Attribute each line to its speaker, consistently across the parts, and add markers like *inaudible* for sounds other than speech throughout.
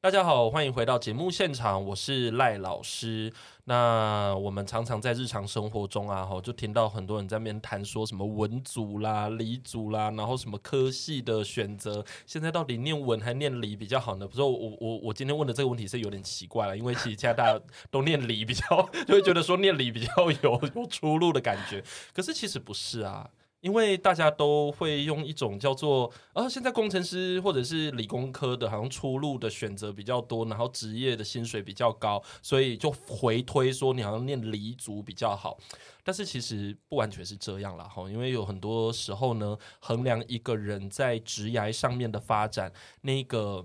Speaker 1: 大家好，欢迎回到节目现场，我是赖老师。那我们常常在日常生活中啊，吼，就听到很多人在那边谈说什么文组啦、理组啦，然后什么科系的选择，现在到底念文还念理比较好呢？不是我我我今天问的这个问题是有点奇怪了，因为其实现在大家都念理比较， *laughs* 就会觉得说念理比较有有出路的感觉，可是其实不是啊。因为大家都会用一种叫做啊，现在工程师或者是理工科的，好像出路的选择比较多，然后职业的薪水比较高，所以就回推说你好像念理组比较好。但是其实不完全是这样啦，哈，因为有很多时候呢，衡量一个人在职涯上面的发展，那个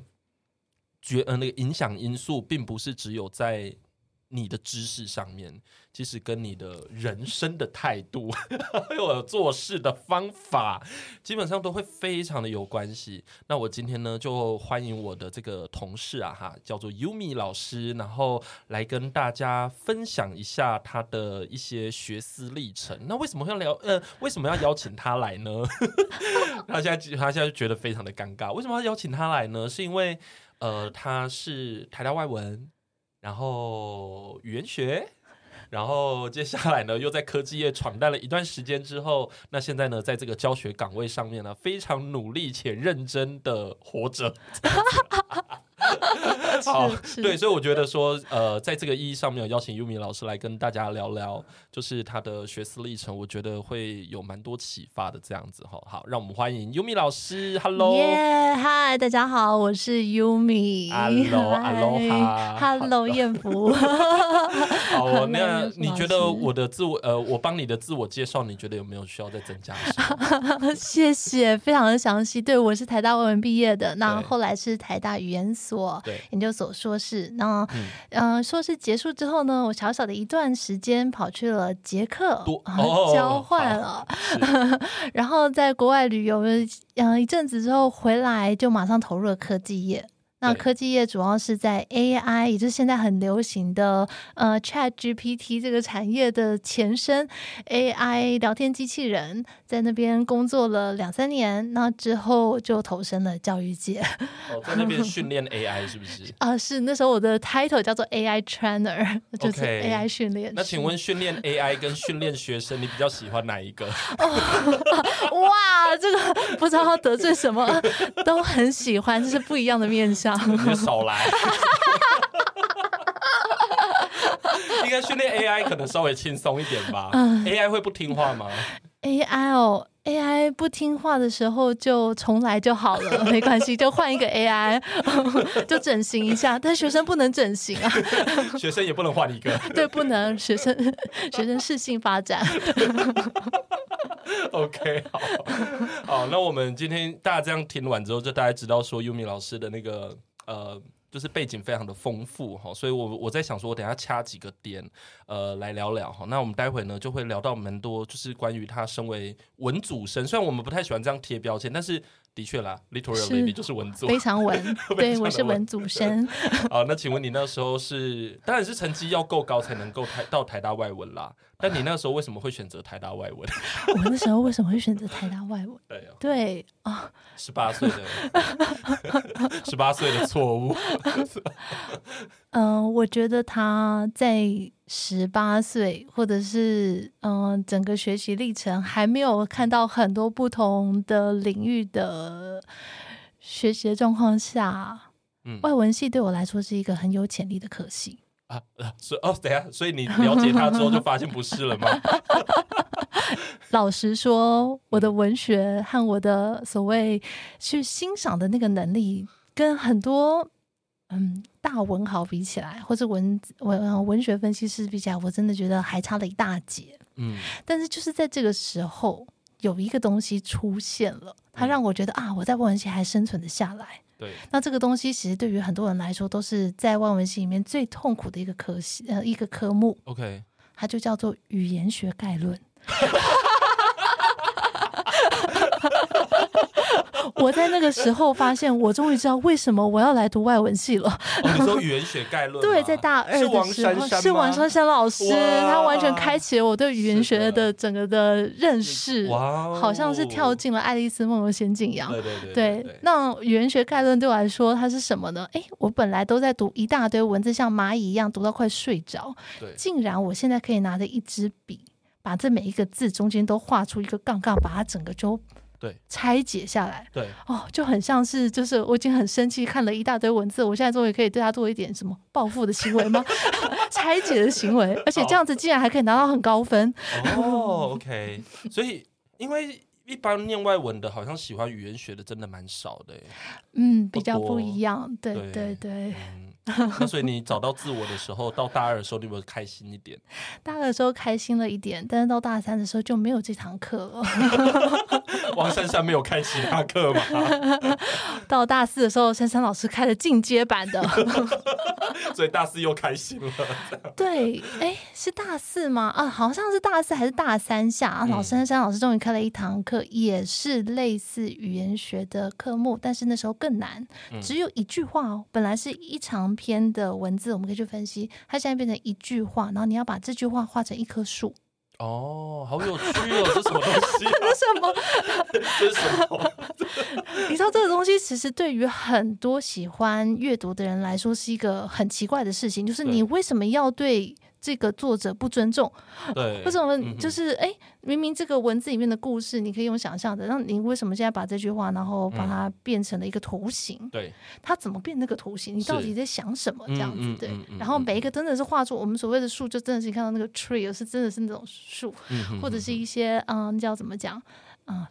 Speaker 1: 决呃那个影响因素，并不是只有在你的知识上面，其实跟你的人生的态度， *laughs* 还有做事的方法，基本上都会非常的有关系。那我今天呢，就欢迎我的这个同事啊，哈，叫做 Yumi 老师，然后来跟大家分享一下他的一些学思历程。那为什么要聊？呃，为什么要邀请他来呢？他现在他现在就觉得非常的尴尬。为什么要邀请他来呢？是因为呃，他是台大外文，然后语言学。然后接下来呢，又在科技业闯荡了一段时间之后，那现在呢，在这个教学岗位上面呢，非常努力且认真的活着。好，
Speaker 2: 是
Speaker 1: 对，所以我觉得说，呃，在这个意义上面，有邀请 Yumi 老师来跟大家聊聊，就是他的学思历程，我觉得会有蛮多启发的这样子哈。好，让我们欢迎 Yumi 老师，Hello。
Speaker 2: 耶！嗨，大家好，我是 Yumi。
Speaker 1: Hello，Aloha
Speaker 2: Hello，艳福。 *laughs*
Speaker 1: *laughs* 好哦，
Speaker 2: 很累
Speaker 1: 那
Speaker 2: 的
Speaker 1: 你
Speaker 2: 老
Speaker 1: 觉得
Speaker 2: 师
Speaker 1: 我的自我呃，我帮你的自我介绍，你觉得有没有需要再增加什
Speaker 2: *laughs*
Speaker 1: 么？
Speaker 2: 谢谢，非常的详细。对我是台大外文毕业的，那
Speaker 1: 对
Speaker 2: 后来是台大语言所
Speaker 1: 对
Speaker 2: 研究所硕士。那
Speaker 1: 嗯
Speaker 2: 嗯、呃硕士结束之后呢，我小小的一段时间跑去了捷克
Speaker 1: 多
Speaker 2: 啊
Speaker 1: 哦
Speaker 2: 交换
Speaker 1: 好
Speaker 2: 了， *laughs*
Speaker 1: 是
Speaker 2: 然后在国外旅游，嗯、一阵子之后回来就马上投入了科技业。那
Speaker 1: 对
Speaker 2: 科技业主要是在 AI，也就是现在很流行的呃 Chat GPT 这个产业的前身 AI 聊天机器人，在那边工作了两三年，那之后就投身了教育界。
Speaker 1: 哦，在那边训练 AI 是不
Speaker 2: *laughs*
Speaker 1: 是？
Speaker 2: 啊、是那时候我的 title 叫做 AI Trainer，就是 *laughs*
Speaker 1: OK
Speaker 2: AI 训练师。
Speaker 1: 那
Speaker 2: *laughs*
Speaker 1: 请问啊训练 AI 跟训练学生，你比较喜欢哪一个？
Speaker 2: 哇，这个不知道得罪什么，都很喜欢，这是不一样的面相。
Speaker 1: 你就少来。 *laughs* 应该训练 AI 可能稍微轻松一点吧。AI
Speaker 2: 嗯
Speaker 1: 会不听话吗？
Speaker 2: AI 哦，AI 不听话的时候就重来就好了，没关系，就换一个 AI，就整形一下。但学生不能整形啊，
Speaker 1: 学生也不能换一个。
Speaker 2: 对，不能学生学生适性发展。
Speaker 1: *laughs* OK，好，好，那我们今天大家这样听完之后，就大家知道说 Yumi 老师的那个呃，就是背景非常的丰富哈，所以我我在想说，我等一下掐几个点呃来聊聊哈。那我们待会呢就会聊到蛮多，就是关于他身为文组生，虽然我们不太喜欢这样贴标签，但是的确啦，Literal
Speaker 2: 是
Speaker 1: Baby 就是文组。
Speaker 2: 非常文，
Speaker 1: *laughs* 非常
Speaker 2: 对
Speaker 1: 的
Speaker 2: 我是
Speaker 1: 文
Speaker 2: 文祖生，
Speaker 1: 好，那请问你那时候是，当然是成绩要够高才能够台到台大外文啦。但你那时候为什么会选择台大外文？ *laughs*
Speaker 2: 我那时候为什么会选择台大外文？
Speaker 1: 对哦，
Speaker 2: 对啊、
Speaker 1: 十八岁的十八岁的 *laughs* 错误。
Speaker 2: 嗯、我觉得他在十八岁，或者是嗯、呃整个学习历程还没有看到很多不同的领域的学习的状况下，
Speaker 1: 嗯
Speaker 2: 外文系对我来说是一个很有潜力的科系。
Speaker 1: 啊，呃所以哦，等一下，所以你了解他之后就发现不是了
Speaker 2: *laughs*
Speaker 1: 吗？
Speaker 2: 老实说，我的文学和我的所谓去欣赏的那个能力，跟很多嗯大文豪比起来，或者文文呃文学分析师比起来，我真的觉得还差了一大截。
Speaker 1: 嗯，
Speaker 2: 但是就是在这个时候，有一个东西出现了，它
Speaker 1: 嗯
Speaker 2: 让我觉得啊，我在外文系还生存得下来。
Speaker 1: 对，
Speaker 2: 那这个东西其实对于很多人来说，都是在外文系里面最痛苦的一个科系，呃，一个科目，
Speaker 1: OK，
Speaker 2: 它就叫做语言学概论。 *laughs* 我在那个时候发现，我终于知道为什么我要来读外文系了。
Speaker 1: 哦
Speaker 2: *laughs*
Speaker 1: 你说语言学概论吗？
Speaker 2: 对，在大二
Speaker 1: 是
Speaker 2: 的
Speaker 1: 王
Speaker 2: 时候
Speaker 1: 珊珊吗
Speaker 2: 是王珊珊老师，
Speaker 1: 哇
Speaker 2: 她完全开启了我对语言学
Speaker 1: 是的
Speaker 2: 的整个的认识，
Speaker 1: 哇哦，
Speaker 2: 好像是跳进了《爱丽丝梦游仙境》一样。
Speaker 1: 对对对
Speaker 2: 对
Speaker 1: 对，，
Speaker 2: 那语言学概论对我来说，它是什么呢？诶，我本来都在读一大堆文字，像蚂蚁一样读到快睡着，
Speaker 1: 对
Speaker 2: 竟然我现在可以拿着一支笔，把这每一个字中间都画出一个杠杠，把它整个就
Speaker 1: 对
Speaker 2: 拆解下来。
Speaker 1: 对
Speaker 2: 哦，就很像是，就是我已经很生气，看了一大堆文字，我现在终于可以对它做一点什么报复的行为吗？ *laughs* 拆解的行为，而且这样子竟然还可以拿到很高分。
Speaker 1: 哦，OK，所以因为一般念外文的，好像喜欢语言学的真的蛮少的欸。
Speaker 2: 嗯，
Speaker 1: 不
Speaker 2: 比较
Speaker 1: 多
Speaker 2: 不一样。对
Speaker 1: 对
Speaker 2: 对对，
Speaker 1: 嗯，那所以你找到自我的时候，到大二的时候，你有没有开心一点？ *laughs*
Speaker 2: 大二的时候开心了一点，但是到大三的时候就没有这堂课了。 *laughs*
Speaker 1: 王珊珊没有开其他课嘛，
Speaker 2: 到大四的时候，珊珊老师开了进阶版的。
Speaker 1: 所以大四又开心了。
Speaker 2: 对，哎，是大四吗？啊，好像是大四还是大三下啊？
Speaker 1: 嗯
Speaker 2: 老师珊珊老师终于开了一堂课，也是类似语言学的科目，但是那时候更难
Speaker 1: 嗯，
Speaker 2: 只有一句话哦。本来是一长篇的文字，我们可以去分析，它现在变成一句话，然后你要把这句话画成一棵树，
Speaker 1: 哦，好有趣哦，这什么东西啊、
Speaker 2: 这是什么？
Speaker 1: 这是什
Speaker 2: *laughs*
Speaker 1: 么？
Speaker 2: 你知道这个东西，其实对于很多喜欢阅读的人来说，是一个很奇怪的事情，就是
Speaker 1: 对
Speaker 2: 你为什么要对？这个作者不尊重，
Speaker 1: 对，
Speaker 2: 为什么
Speaker 1: 嗯哼
Speaker 2: 就是哎、诶明明这个文字里面的故事你可以用想象的，那你为什么现在把这句话，然后
Speaker 1: 嗯
Speaker 2: 把它变成了一个图形？
Speaker 1: 对
Speaker 2: 它怎么变那个图形？你
Speaker 1: 是
Speaker 2: 到底在想什么？这样子
Speaker 1: 嗯嗯
Speaker 2: 对
Speaker 1: 嗯嗯。
Speaker 2: 然后
Speaker 1: 嗯
Speaker 2: 每一个真的是画出我们所谓的树，就真的是看到那个 tree，是真的是那种树，
Speaker 1: 嗯哼
Speaker 2: 或者是一些嗯叫怎么讲啊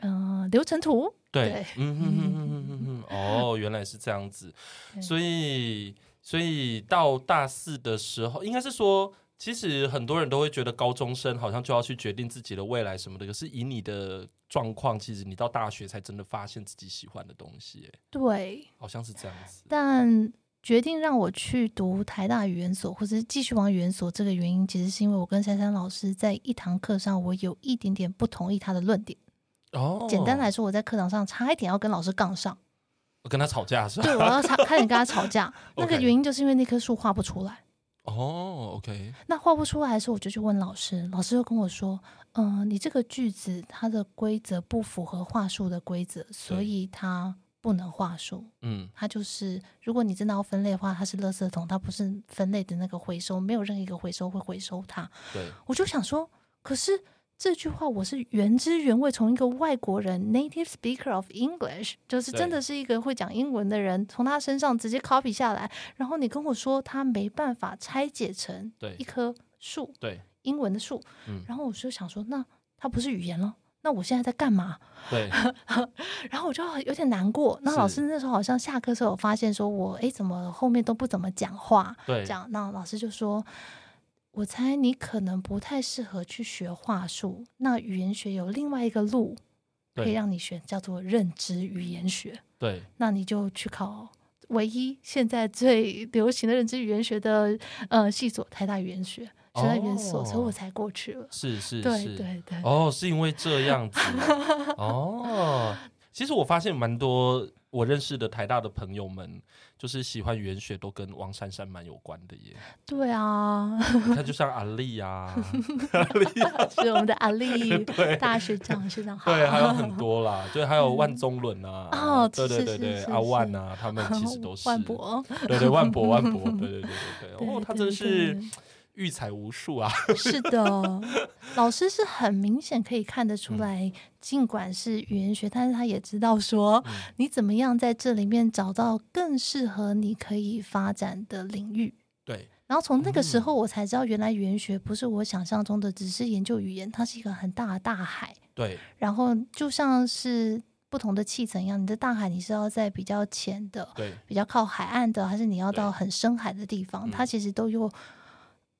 Speaker 2: 嗯、呃流程图，
Speaker 1: 对
Speaker 2: 对，
Speaker 1: 嗯哼哼哼哼哼哼，
Speaker 2: *laughs*
Speaker 1: 哦，原来是这样子，所以所以到大四的时候，应该是说。其实很多人都会觉得高中生好像就要去决定自己的未来什么的，可是以你的状况，其实你到大学才真的发现自己喜欢的东西耶，
Speaker 2: 对。
Speaker 1: 好像是这样子。
Speaker 2: 但决定让我去读台大语言所，或者继续往语言所这个原因，其实是因为我跟珊珊老师在一堂课上，我有一点点不同意他的论点。
Speaker 1: 哦，
Speaker 2: 简单来说，我在课堂上差一点要跟老师
Speaker 1: *laughs*
Speaker 2: 杠上，
Speaker 1: 我哦跟他吵架是吧？
Speaker 2: 对我要差差点跟他吵
Speaker 1: *laughs*
Speaker 2: 架。那个
Speaker 1: OK
Speaker 2: 原因就是因为那棵树画不出来。
Speaker 1: 哦，OK，
Speaker 2: 那画不出来的时候，我就去问老师，老师就跟我说：“嗯、你这个句子它的规则不符合话术的规则，所
Speaker 1: 对
Speaker 2: 以它不能话术。”
Speaker 1: 嗯，
Speaker 2: 它就是，如果你真的要分类的话，它是垃圾桶，它不是分类的那个回收，没有任何一个回收会回收它。
Speaker 1: 对，
Speaker 2: 我就想说，可是这句话我是原汁原味从一个外国人 （native speaker of English），就是
Speaker 1: 对
Speaker 2: 真的是一个会讲英文的人，从他身上直接 copy 下来，然后你跟我说他没办法拆解成
Speaker 1: 对
Speaker 2: 一棵树，
Speaker 1: 对，
Speaker 2: 英文的树，
Speaker 1: 嗯，
Speaker 2: 然后我就想说，那它不是语言了？那我现在在干嘛？
Speaker 1: 对，
Speaker 2: 然后我就有点难过。那
Speaker 1: 是
Speaker 2: 老师那时候好像下课时候有发现，说我诶怎么后面都不怎么讲话，
Speaker 1: 对，
Speaker 2: 这样。那老师就说，我猜你可能不太适合去学话术，那语言学有另外一个路可以
Speaker 1: 对，
Speaker 2: 让你学，叫做认知语言学。
Speaker 1: 对，
Speaker 2: 那你就去考唯一现在最流行的认知语言学的呃系所——台大语言学，学到语言所，
Speaker 1: 哦
Speaker 2: 所以我才过去了。
Speaker 1: 是是
Speaker 2: 对
Speaker 1: 是，
Speaker 2: 对对，
Speaker 1: 哦，是因为这样
Speaker 2: *laughs*
Speaker 1: 子哦。其实我发现蛮多我认识的台大的朋友们，就是喜欢语言学都跟王珊珊蛮有关的耶。
Speaker 2: 对啊， *laughs*
Speaker 1: 他就像阿丽啊，阿丽啊
Speaker 2: 是我们的阿丽
Speaker 1: 对
Speaker 2: 大学长学长好。
Speaker 1: 对，还有
Speaker 2: *laughs*
Speaker 1: 很多啦，对，还有万宗伦啊，
Speaker 2: 哦
Speaker 1: 对对
Speaker 2: 是
Speaker 1: 对
Speaker 2: 是
Speaker 1: 对，
Speaker 2: 是
Speaker 1: 阿万
Speaker 2: 是
Speaker 1: 啊，他们其
Speaker 2: *laughs*
Speaker 1: 实都是
Speaker 2: 万，博，
Speaker 1: 对对，万博万
Speaker 2: *laughs*
Speaker 1: 博，对对对对对，哦，
Speaker 2: 对
Speaker 1: 他真
Speaker 2: 对
Speaker 1: 是育才无数啊，
Speaker 2: 对是的，老师是很明显可以看得
Speaker 1: 嗯
Speaker 2: 出来，尽管是语言学，但是他也知道说
Speaker 1: 嗯
Speaker 2: 你怎么样在这里面找到更适合你可以发展的领域。
Speaker 1: 对
Speaker 2: 然后从那个
Speaker 1: 嗯
Speaker 2: 时候，我才知道原来语言学不是我想象中的只是研究语言，它是一个很大的大海。
Speaker 1: 对
Speaker 2: 然后就像是不同的气层一样，你的大海你是要在比较浅的，
Speaker 1: 对
Speaker 2: 比较靠海岸的，还是你要到
Speaker 1: 对
Speaker 2: 很深海的地方，
Speaker 1: 嗯
Speaker 2: 它其实都有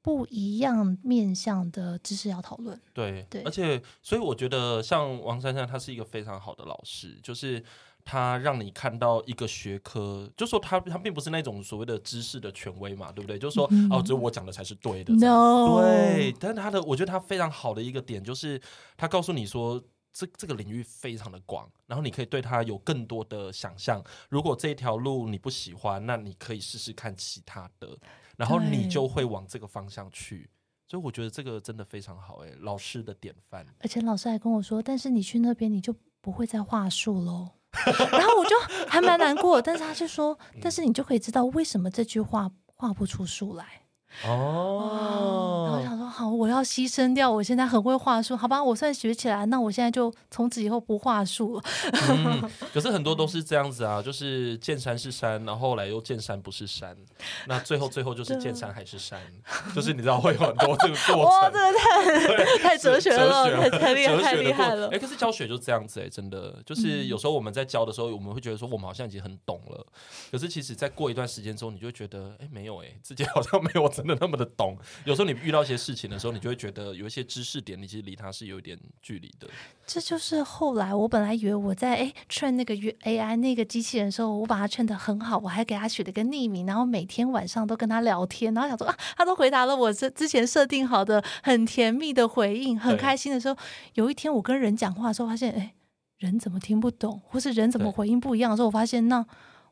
Speaker 2: 不一样面向的知识要讨论。
Speaker 1: 对，
Speaker 2: 对
Speaker 1: 而且所以我觉得像王珊珊，她是一个非常好的老师，就是她让你看到一个学科，就说她她并不是那种所谓的知识的权威嘛，对不对？就是说、哦，只有我讲的才是对的这样
Speaker 2: 嗯 No，
Speaker 1: 对，但是她的我觉得她非常好的一个点就是，她告诉你说。这这个领域非常的广，然后你可以对它有更多的想象。如果这一条路你不喜欢，那你可以试试看其他的，然后你
Speaker 2: 对
Speaker 1: 就会往这个方向去。所以我觉得这个真的非常好、欸，老师的典范。
Speaker 2: 而且老师还跟我说，但是你去那边你就不会再话术喽。 *laughs* 然后我就还蛮难过，但是他就说，
Speaker 1: 嗯
Speaker 2: 但是你就可以知道为什么这句话画不出数来。然后我
Speaker 1: 哦，
Speaker 2: 想说，好，我要牺牲掉我现在很会话术，好吧，我算学起来，那我现在就从此以后不话术了。
Speaker 1: 嗯，可是很多都是这样子啊，就是见山是山，然后后来又见山不是山，那最后最后就是见山还是山，就是你知道会有很多这个过
Speaker 2: 哇，
Speaker 1: 程
Speaker 2: 这。个太太哲学了，太太厉害，太厉害了嗯
Speaker 1: 哎、。可是教学就是这样子哎、真的，就是有时候我们在教的时候，我们会觉得说我们好像已经很懂了，可是其实再过一段时间之后，你就会觉得哎、没有哎、自己好像没有真的那么的懂。有时候你遇到一些事情的时候，你就会觉得有一些知识点，你其实离它是有一点距离的。
Speaker 2: 这就是后来我本来以为我在哎 train 那个约 AI 那个机器人的时候，我把它 train 的很好，我还给它取了个匿名，然后每天晚上都跟它聊天，然后想说啊，它都回答了我这之前设定好的很甜蜜的回应，很
Speaker 1: 对
Speaker 2: 开心的时候，有一天我跟人讲话的时候，发现哎，人怎么听不懂，或是人怎么
Speaker 1: 对
Speaker 2: 回应不一样的时候，我发现那。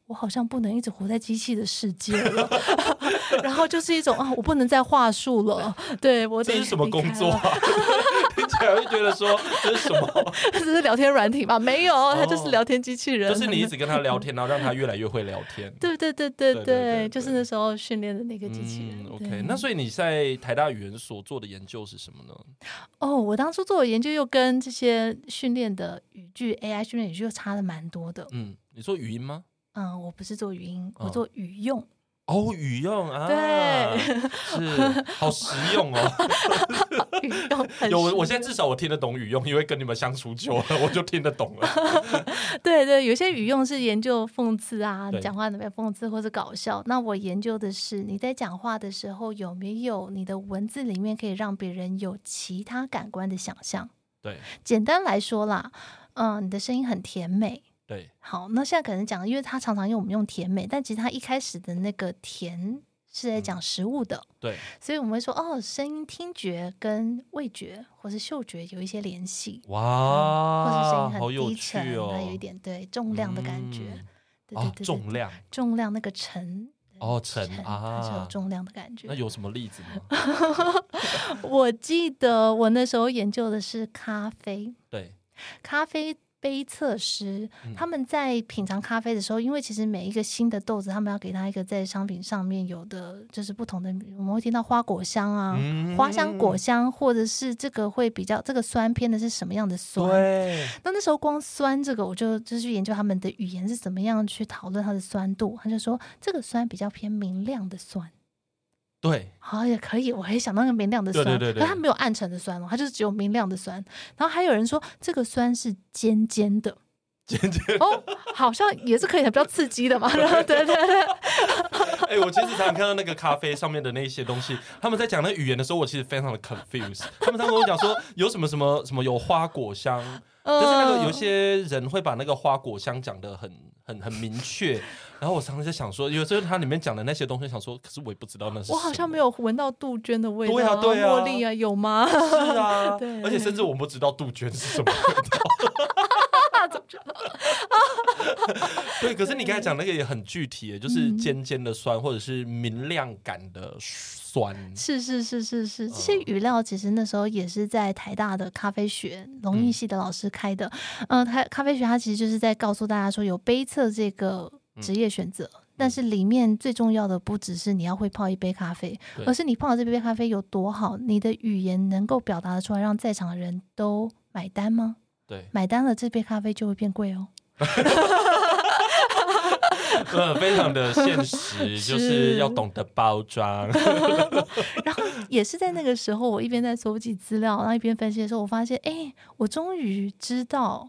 Speaker 2: 我好像不能一直活在机器的世界了， *laughs* 然后就是一种啊，我不能再话术了，对我得
Speaker 1: 这是什么
Speaker 2: 离
Speaker 1: 工
Speaker 2: 开
Speaker 1: 作
Speaker 2: 了
Speaker 1: 啊？ *laughs* 听起来会觉得说这是什
Speaker 2: *laughs*
Speaker 1: 么？
Speaker 2: 这是聊天软体吧？没有，它就是聊天机器人。
Speaker 1: 哦就是你一直跟他聊天，然后让他越来越会聊天。
Speaker 2: *laughs* 对对对
Speaker 1: 对
Speaker 2: 对
Speaker 1: 对对
Speaker 2: 对，就是那时候训练的那个机器人
Speaker 1: 嗯。
Speaker 2: 对
Speaker 1: ，OK。那所以你在台大语言所做的研究是什么呢？
Speaker 2: 哦，我当初做的研究又跟这些训练的语句 AI 训练语句又差了蛮多的。
Speaker 1: 嗯，你说语音吗？
Speaker 2: 嗯，我不是做语音，
Speaker 1: 哦
Speaker 2: 我做语用。 *laughs*
Speaker 1: 哦，语用啊，
Speaker 2: 对，
Speaker 1: 是好实用
Speaker 2: *laughs*
Speaker 1: 哦。
Speaker 2: 语
Speaker 1: *laughs*
Speaker 2: 用很
Speaker 1: 有我，
Speaker 2: 实
Speaker 1: 我现在至少我听得懂语用，因为跟你们相处久了，我就听得懂
Speaker 2: *laughs*
Speaker 1: 了。
Speaker 2: 对对，有些语用是研究讽刺啊，
Speaker 1: 对
Speaker 2: 讲话里面讽刺或者搞笑。那我研究的是你在讲话的时候有没有你的文字里面可以让别人有其他感官的想象。
Speaker 1: 对
Speaker 2: 简单来说啦，嗯、你的声音很甜美。
Speaker 1: 对，
Speaker 2: 好，那现在可能讲，因为他常常用我们用甜美，但其实他一开始的那个甜是在
Speaker 1: 嗯
Speaker 2: 讲食物的，
Speaker 1: 对，
Speaker 2: 所以我们会说哦，声音听觉跟味觉或是嗅觉有一些联系，或是声
Speaker 1: 哇，
Speaker 2: 音
Speaker 1: 啊好
Speaker 2: 很
Speaker 1: 有
Speaker 2: 低
Speaker 1: 趣
Speaker 2: 沉，
Speaker 1: 哦
Speaker 2: 它，有一点对重量的感觉，
Speaker 1: 嗯
Speaker 2: 对对
Speaker 1: 啊
Speaker 2: 对，对
Speaker 1: 重量。
Speaker 2: 重量那个沉。
Speaker 1: 哦沉
Speaker 2: 它是有
Speaker 1: 啊
Speaker 2: 重量的感觉
Speaker 1: 那。有什么例子吗？
Speaker 2: 我记得我那时候研究的是咖啡，
Speaker 1: 对，
Speaker 2: 咖啡杯测师
Speaker 1: 嗯，
Speaker 2: 他们在品尝咖啡的时候，因为其实每一个新的豆子，他们要给它一个在商品上面有的就是不同的，我们会听到花果香啊。
Speaker 1: 嗯
Speaker 2: *laughs* 花香、果香，或者是这个会比较这个酸偏的是什么样的酸？
Speaker 1: 对，
Speaker 2: 那那时候光酸这个，我就就去研究他们的语言是怎么样去讨论它的酸度。他就说这个酸比较偏明亮的酸，
Speaker 1: 对， *laughs*
Speaker 2: 好、也可以，我还想到那个明亮的酸，
Speaker 1: 对对对对
Speaker 2: 可它没有暗沉的酸哦，它就是只有明亮的酸。然后还有人说这个酸是尖尖的，
Speaker 1: 尖尖。
Speaker 2: 哦，好像也是可以比较刺激的嘛。然后对
Speaker 1: *laughs*
Speaker 2: 对对，
Speaker 1: 哎、我其实常常看到那个咖啡上面的那一些东西，他们在讲那语言的时候，我其实非常的 confused。他们常跟我讲说有什么什么什么有花果
Speaker 2: *laughs*
Speaker 1: 香，
Speaker 2: 呃
Speaker 1: 但是那个有些人会把那个花果香讲的很很很明确，然后我常常在想说，有时候它里面讲的那些东西，想说可是我也不知道那是
Speaker 2: 呃我好像没有闻到杜鹃的味道，
Speaker 1: 对啊对啊
Speaker 2: 茉莉啊，有吗？ *laughs*
Speaker 1: 有是啊
Speaker 2: 对，
Speaker 1: 而且甚至我不知道杜鹃是什么味道。
Speaker 2: *laughs*
Speaker 1: *laughs* 对，可是你刚才讲那个也很具体耶，就是
Speaker 2: 嗯
Speaker 1: 尖尖的酸，或者是明亮感的酸。
Speaker 2: 是是是是
Speaker 1: 嗯
Speaker 2: 是，这些语料其实那时候也是在台大的咖啡学农艺系的老师开的，嗯，他、咖啡学它其实就是在告诉大家说有杯测这个
Speaker 1: 嗯
Speaker 2: 职业选择。但是里面最重要的不只是你要会泡一杯咖啡，
Speaker 1: 对
Speaker 2: 而是你泡的这杯咖啡有多好，你的语言能够表达得出来，让在场的人都买单吗？
Speaker 1: 对， *laughs*
Speaker 2: 买单了，这杯咖啡就会变贵哦。
Speaker 1: 呃，非常的现
Speaker 2: *laughs*
Speaker 1: 实，
Speaker 2: 是
Speaker 1: 就是要懂得包
Speaker 2: *laughs*
Speaker 1: 装。
Speaker 2: 然后也是在那个时候，我一边在搜集资料，然后一边分析的时候，我发现，哎，我终于知道，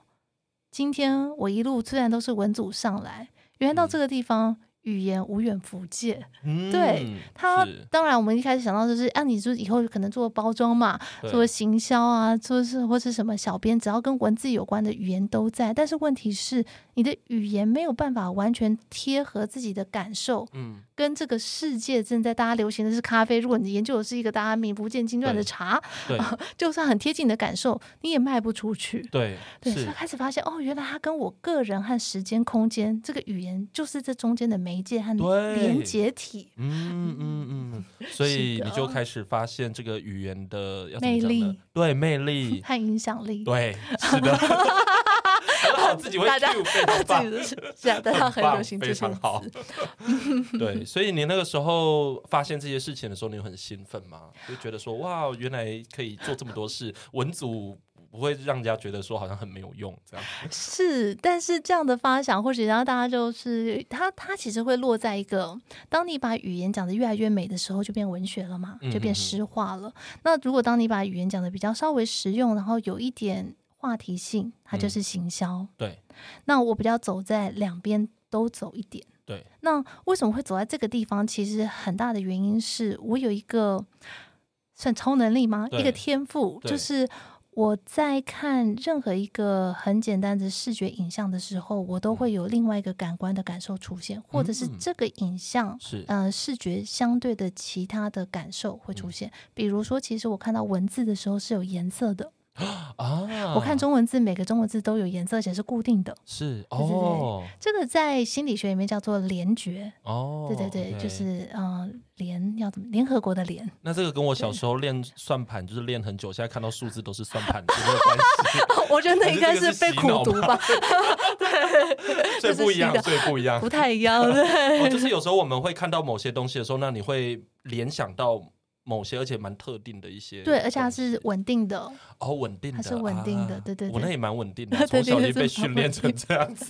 Speaker 2: 今天我一路虽然都是文组上来，原来到这个地方。语言无远弗届，
Speaker 1: 嗯
Speaker 2: 对它
Speaker 1: 是
Speaker 2: 当然我们一开始想到就是，啊，你就以后可能做包装嘛，
Speaker 1: 对
Speaker 2: 做行销啊，做是或是什么小编，只要跟文字有关的语言都在。但是问题是，你的语言没有办法完全贴合自己的感受，
Speaker 1: 嗯，
Speaker 2: 跟这个世界正在大家流行的是咖啡。如果你研究的是一个大家名不见经传的
Speaker 1: 对
Speaker 2: 茶， *laughs*
Speaker 1: 对
Speaker 2: 就算很贴近你的感受，你也卖不出去。
Speaker 1: 对
Speaker 2: 对，所以
Speaker 1: 是，
Speaker 2: 开始发现哦，原来它跟我个人和时间、空间这个语言，就是这中间的媒介和
Speaker 1: 对
Speaker 2: 连接体。
Speaker 1: 嗯嗯嗯，所
Speaker 2: 是
Speaker 1: 以
Speaker 2: 的
Speaker 1: 你就开始发现这个语言的要怎
Speaker 2: 魅
Speaker 1: 么讲呢
Speaker 2: 力？
Speaker 1: 对，魅力，
Speaker 2: 和影响 *laughs* 力，
Speaker 1: 对，是的，很好，自己会
Speaker 2: 大家
Speaker 1: Q，非常
Speaker 2: 这
Speaker 1: 棒。
Speaker 2: 个是是啊，大家很流
Speaker 1: 棒
Speaker 2: 行这
Speaker 1: 非
Speaker 2: 种
Speaker 1: 常
Speaker 2: 词。 *laughs*
Speaker 1: 好。对，所以你那个时候发现这些事情的时候，你有很兴奋吗？就觉得说，哇，原来可以做这么多事，文组不会让人家觉得说好像很没有用这样。
Speaker 2: 是，但是这样的发想，或许然后大家就是它，它其实会落在一个，当你把语言讲得越来越美的时候，就变文学了嘛，就
Speaker 1: 嗯嗯嗯
Speaker 2: 变诗化了。那如果当你把语言讲得比较稍微实用，然后有一点话题性，它就
Speaker 1: 嗯
Speaker 2: 是行销。
Speaker 1: 对
Speaker 2: 那我比较走在两边都走一点。
Speaker 1: 对，
Speaker 2: 那为什么会走在这个地方？其实很大的原因是我有一个算超能力吗？
Speaker 1: 对
Speaker 2: 一个天赋，
Speaker 1: 对
Speaker 2: 就是我在看任何一个很简单的视觉影像的时候，我都会有另外一个感官的感受出现，或者是
Speaker 1: 嗯
Speaker 2: 这个影像。
Speaker 1: 是，
Speaker 2: 呃，视觉相对的其他的感受会
Speaker 1: 嗯
Speaker 2: 出现，比如说，其实我看到文字的时候是有颜色的，
Speaker 1: 啊，
Speaker 2: 我看中文字每个中文字都有颜色，而且是固定的。
Speaker 1: 是哦
Speaker 2: 这个在心理学里面叫做联觉，
Speaker 1: 哦，
Speaker 2: 对对对，
Speaker 1: OK
Speaker 2: 就是嗯、呃联要怎么联合国的联，
Speaker 1: 那这个跟我小时候练算盘就是练很久，现在看到数字都是算
Speaker 2: *laughs*
Speaker 1: 盘，有没有关系？
Speaker 2: *laughs* 我觉得那应该是被苦读
Speaker 1: *laughs*
Speaker 2: 吧， *laughs*
Speaker 1: 所以不一样
Speaker 2: 这，是
Speaker 1: 所以不一样
Speaker 2: 不。太一样，对，
Speaker 1: *laughs* 哦，就是有时候我们会看到某些东西的时候，那你会联想到某些，而且蛮特定的一些东西。
Speaker 2: *laughs* 对，而且它是稳定
Speaker 1: *laughs*
Speaker 2: 的，
Speaker 1: 哦稳定的，
Speaker 2: 它是稳定的
Speaker 1: 啊
Speaker 2: 对对对
Speaker 1: 我那也蛮稳定的，
Speaker 2: *laughs* 对
Speaker 1: 从
Speaker 2: 对
Speaker 1: 小
Speaker 2: 对
Speaker 1: 就被
Speaker 2: 是蛮
Speaker 1: 训练成
Speaker 2: 稳
Speaker 1: 这样子。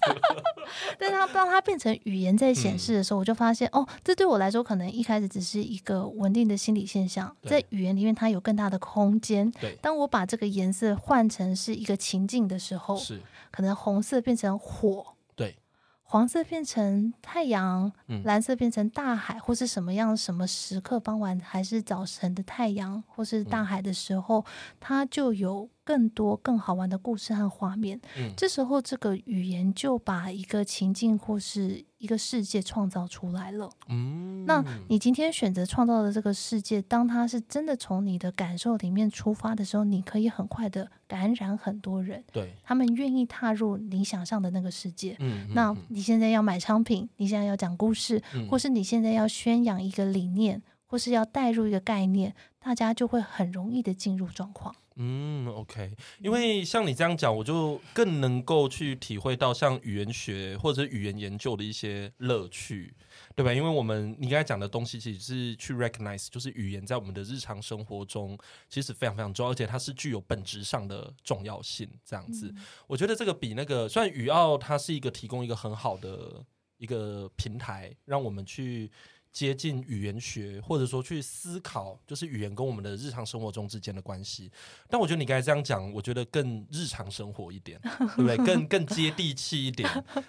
Speaker 2: 但是它当它变成语言在显
Speaker 1: 嗯
Speaker 2: 示的时候，我就发现哦，这对我来说可能一开始只是一个稳定的心理现象，
Speaker 1: 对
Speaker 2: 在语言里面它有更大的空间。 *laughs*
Speaker 1: 对，
Speaker 2: 当我把这个颜色换成是一个情境的时候，
Speaker 1: 是，
Speaker 2: 可能红色变成火，
Speaker 1: 对，
Speaker 2: 黄色变成太阳，
Speaker 1: 嗯
Speaker 2: 蓝色变成大海，或是什么样什么时刻，傍晚还是早晨的太阳，或是大
Speaker 1: 嗯
Speaker 2: 海的时候，它就有更多更好玩的故事和画面。
Speaker 1: 嗯，
Speaker 2: 这时候，这个语言就把一个情境或是一个世界创造出来了。
Speaker 1: 嗯，
Speaker 2: 那你今天选择创造的这个世界，当它是真的从你的感受里面出发的时候，你可以很快的感染很多人，
Speaker 1: 对，
Speaker 2: 他们愿意踏入你想象的那个世界。
Speaker 1: 嗯，嗯
Speaker 2: 那
Speaker 1: 嗯
Speaker 2: 你现在要买商品，你现在要讲故事，
Speaker 1: 嗯
Speaker 2: 或是你现在要宣扬一个理念，或是要带入一个概念，大家就会很容易的进入状况。
Speaker 1: 嗯，OK，因为像你这样讲，我就更能够去体会到像语言学或者是语言研究的一些乐趣，对吧？因为我们你刚才讲的东西，其实是去 recognize，就是语言在我们的日常生活中其实非常非常重要，而且它是具有本质上的重要性。这样子，我觉得这个比那个虽然语奥它是一个提供一个很好的一个平台，让我们去接近语言学，或者说去思考，就是语言跟我们的日常生活中之间的关系。但我觉得你刚才这样讲，我觉得更日常生活一点，对不对？
Speaker 2: *laughs*
Speaker 1: 更更接地气一点，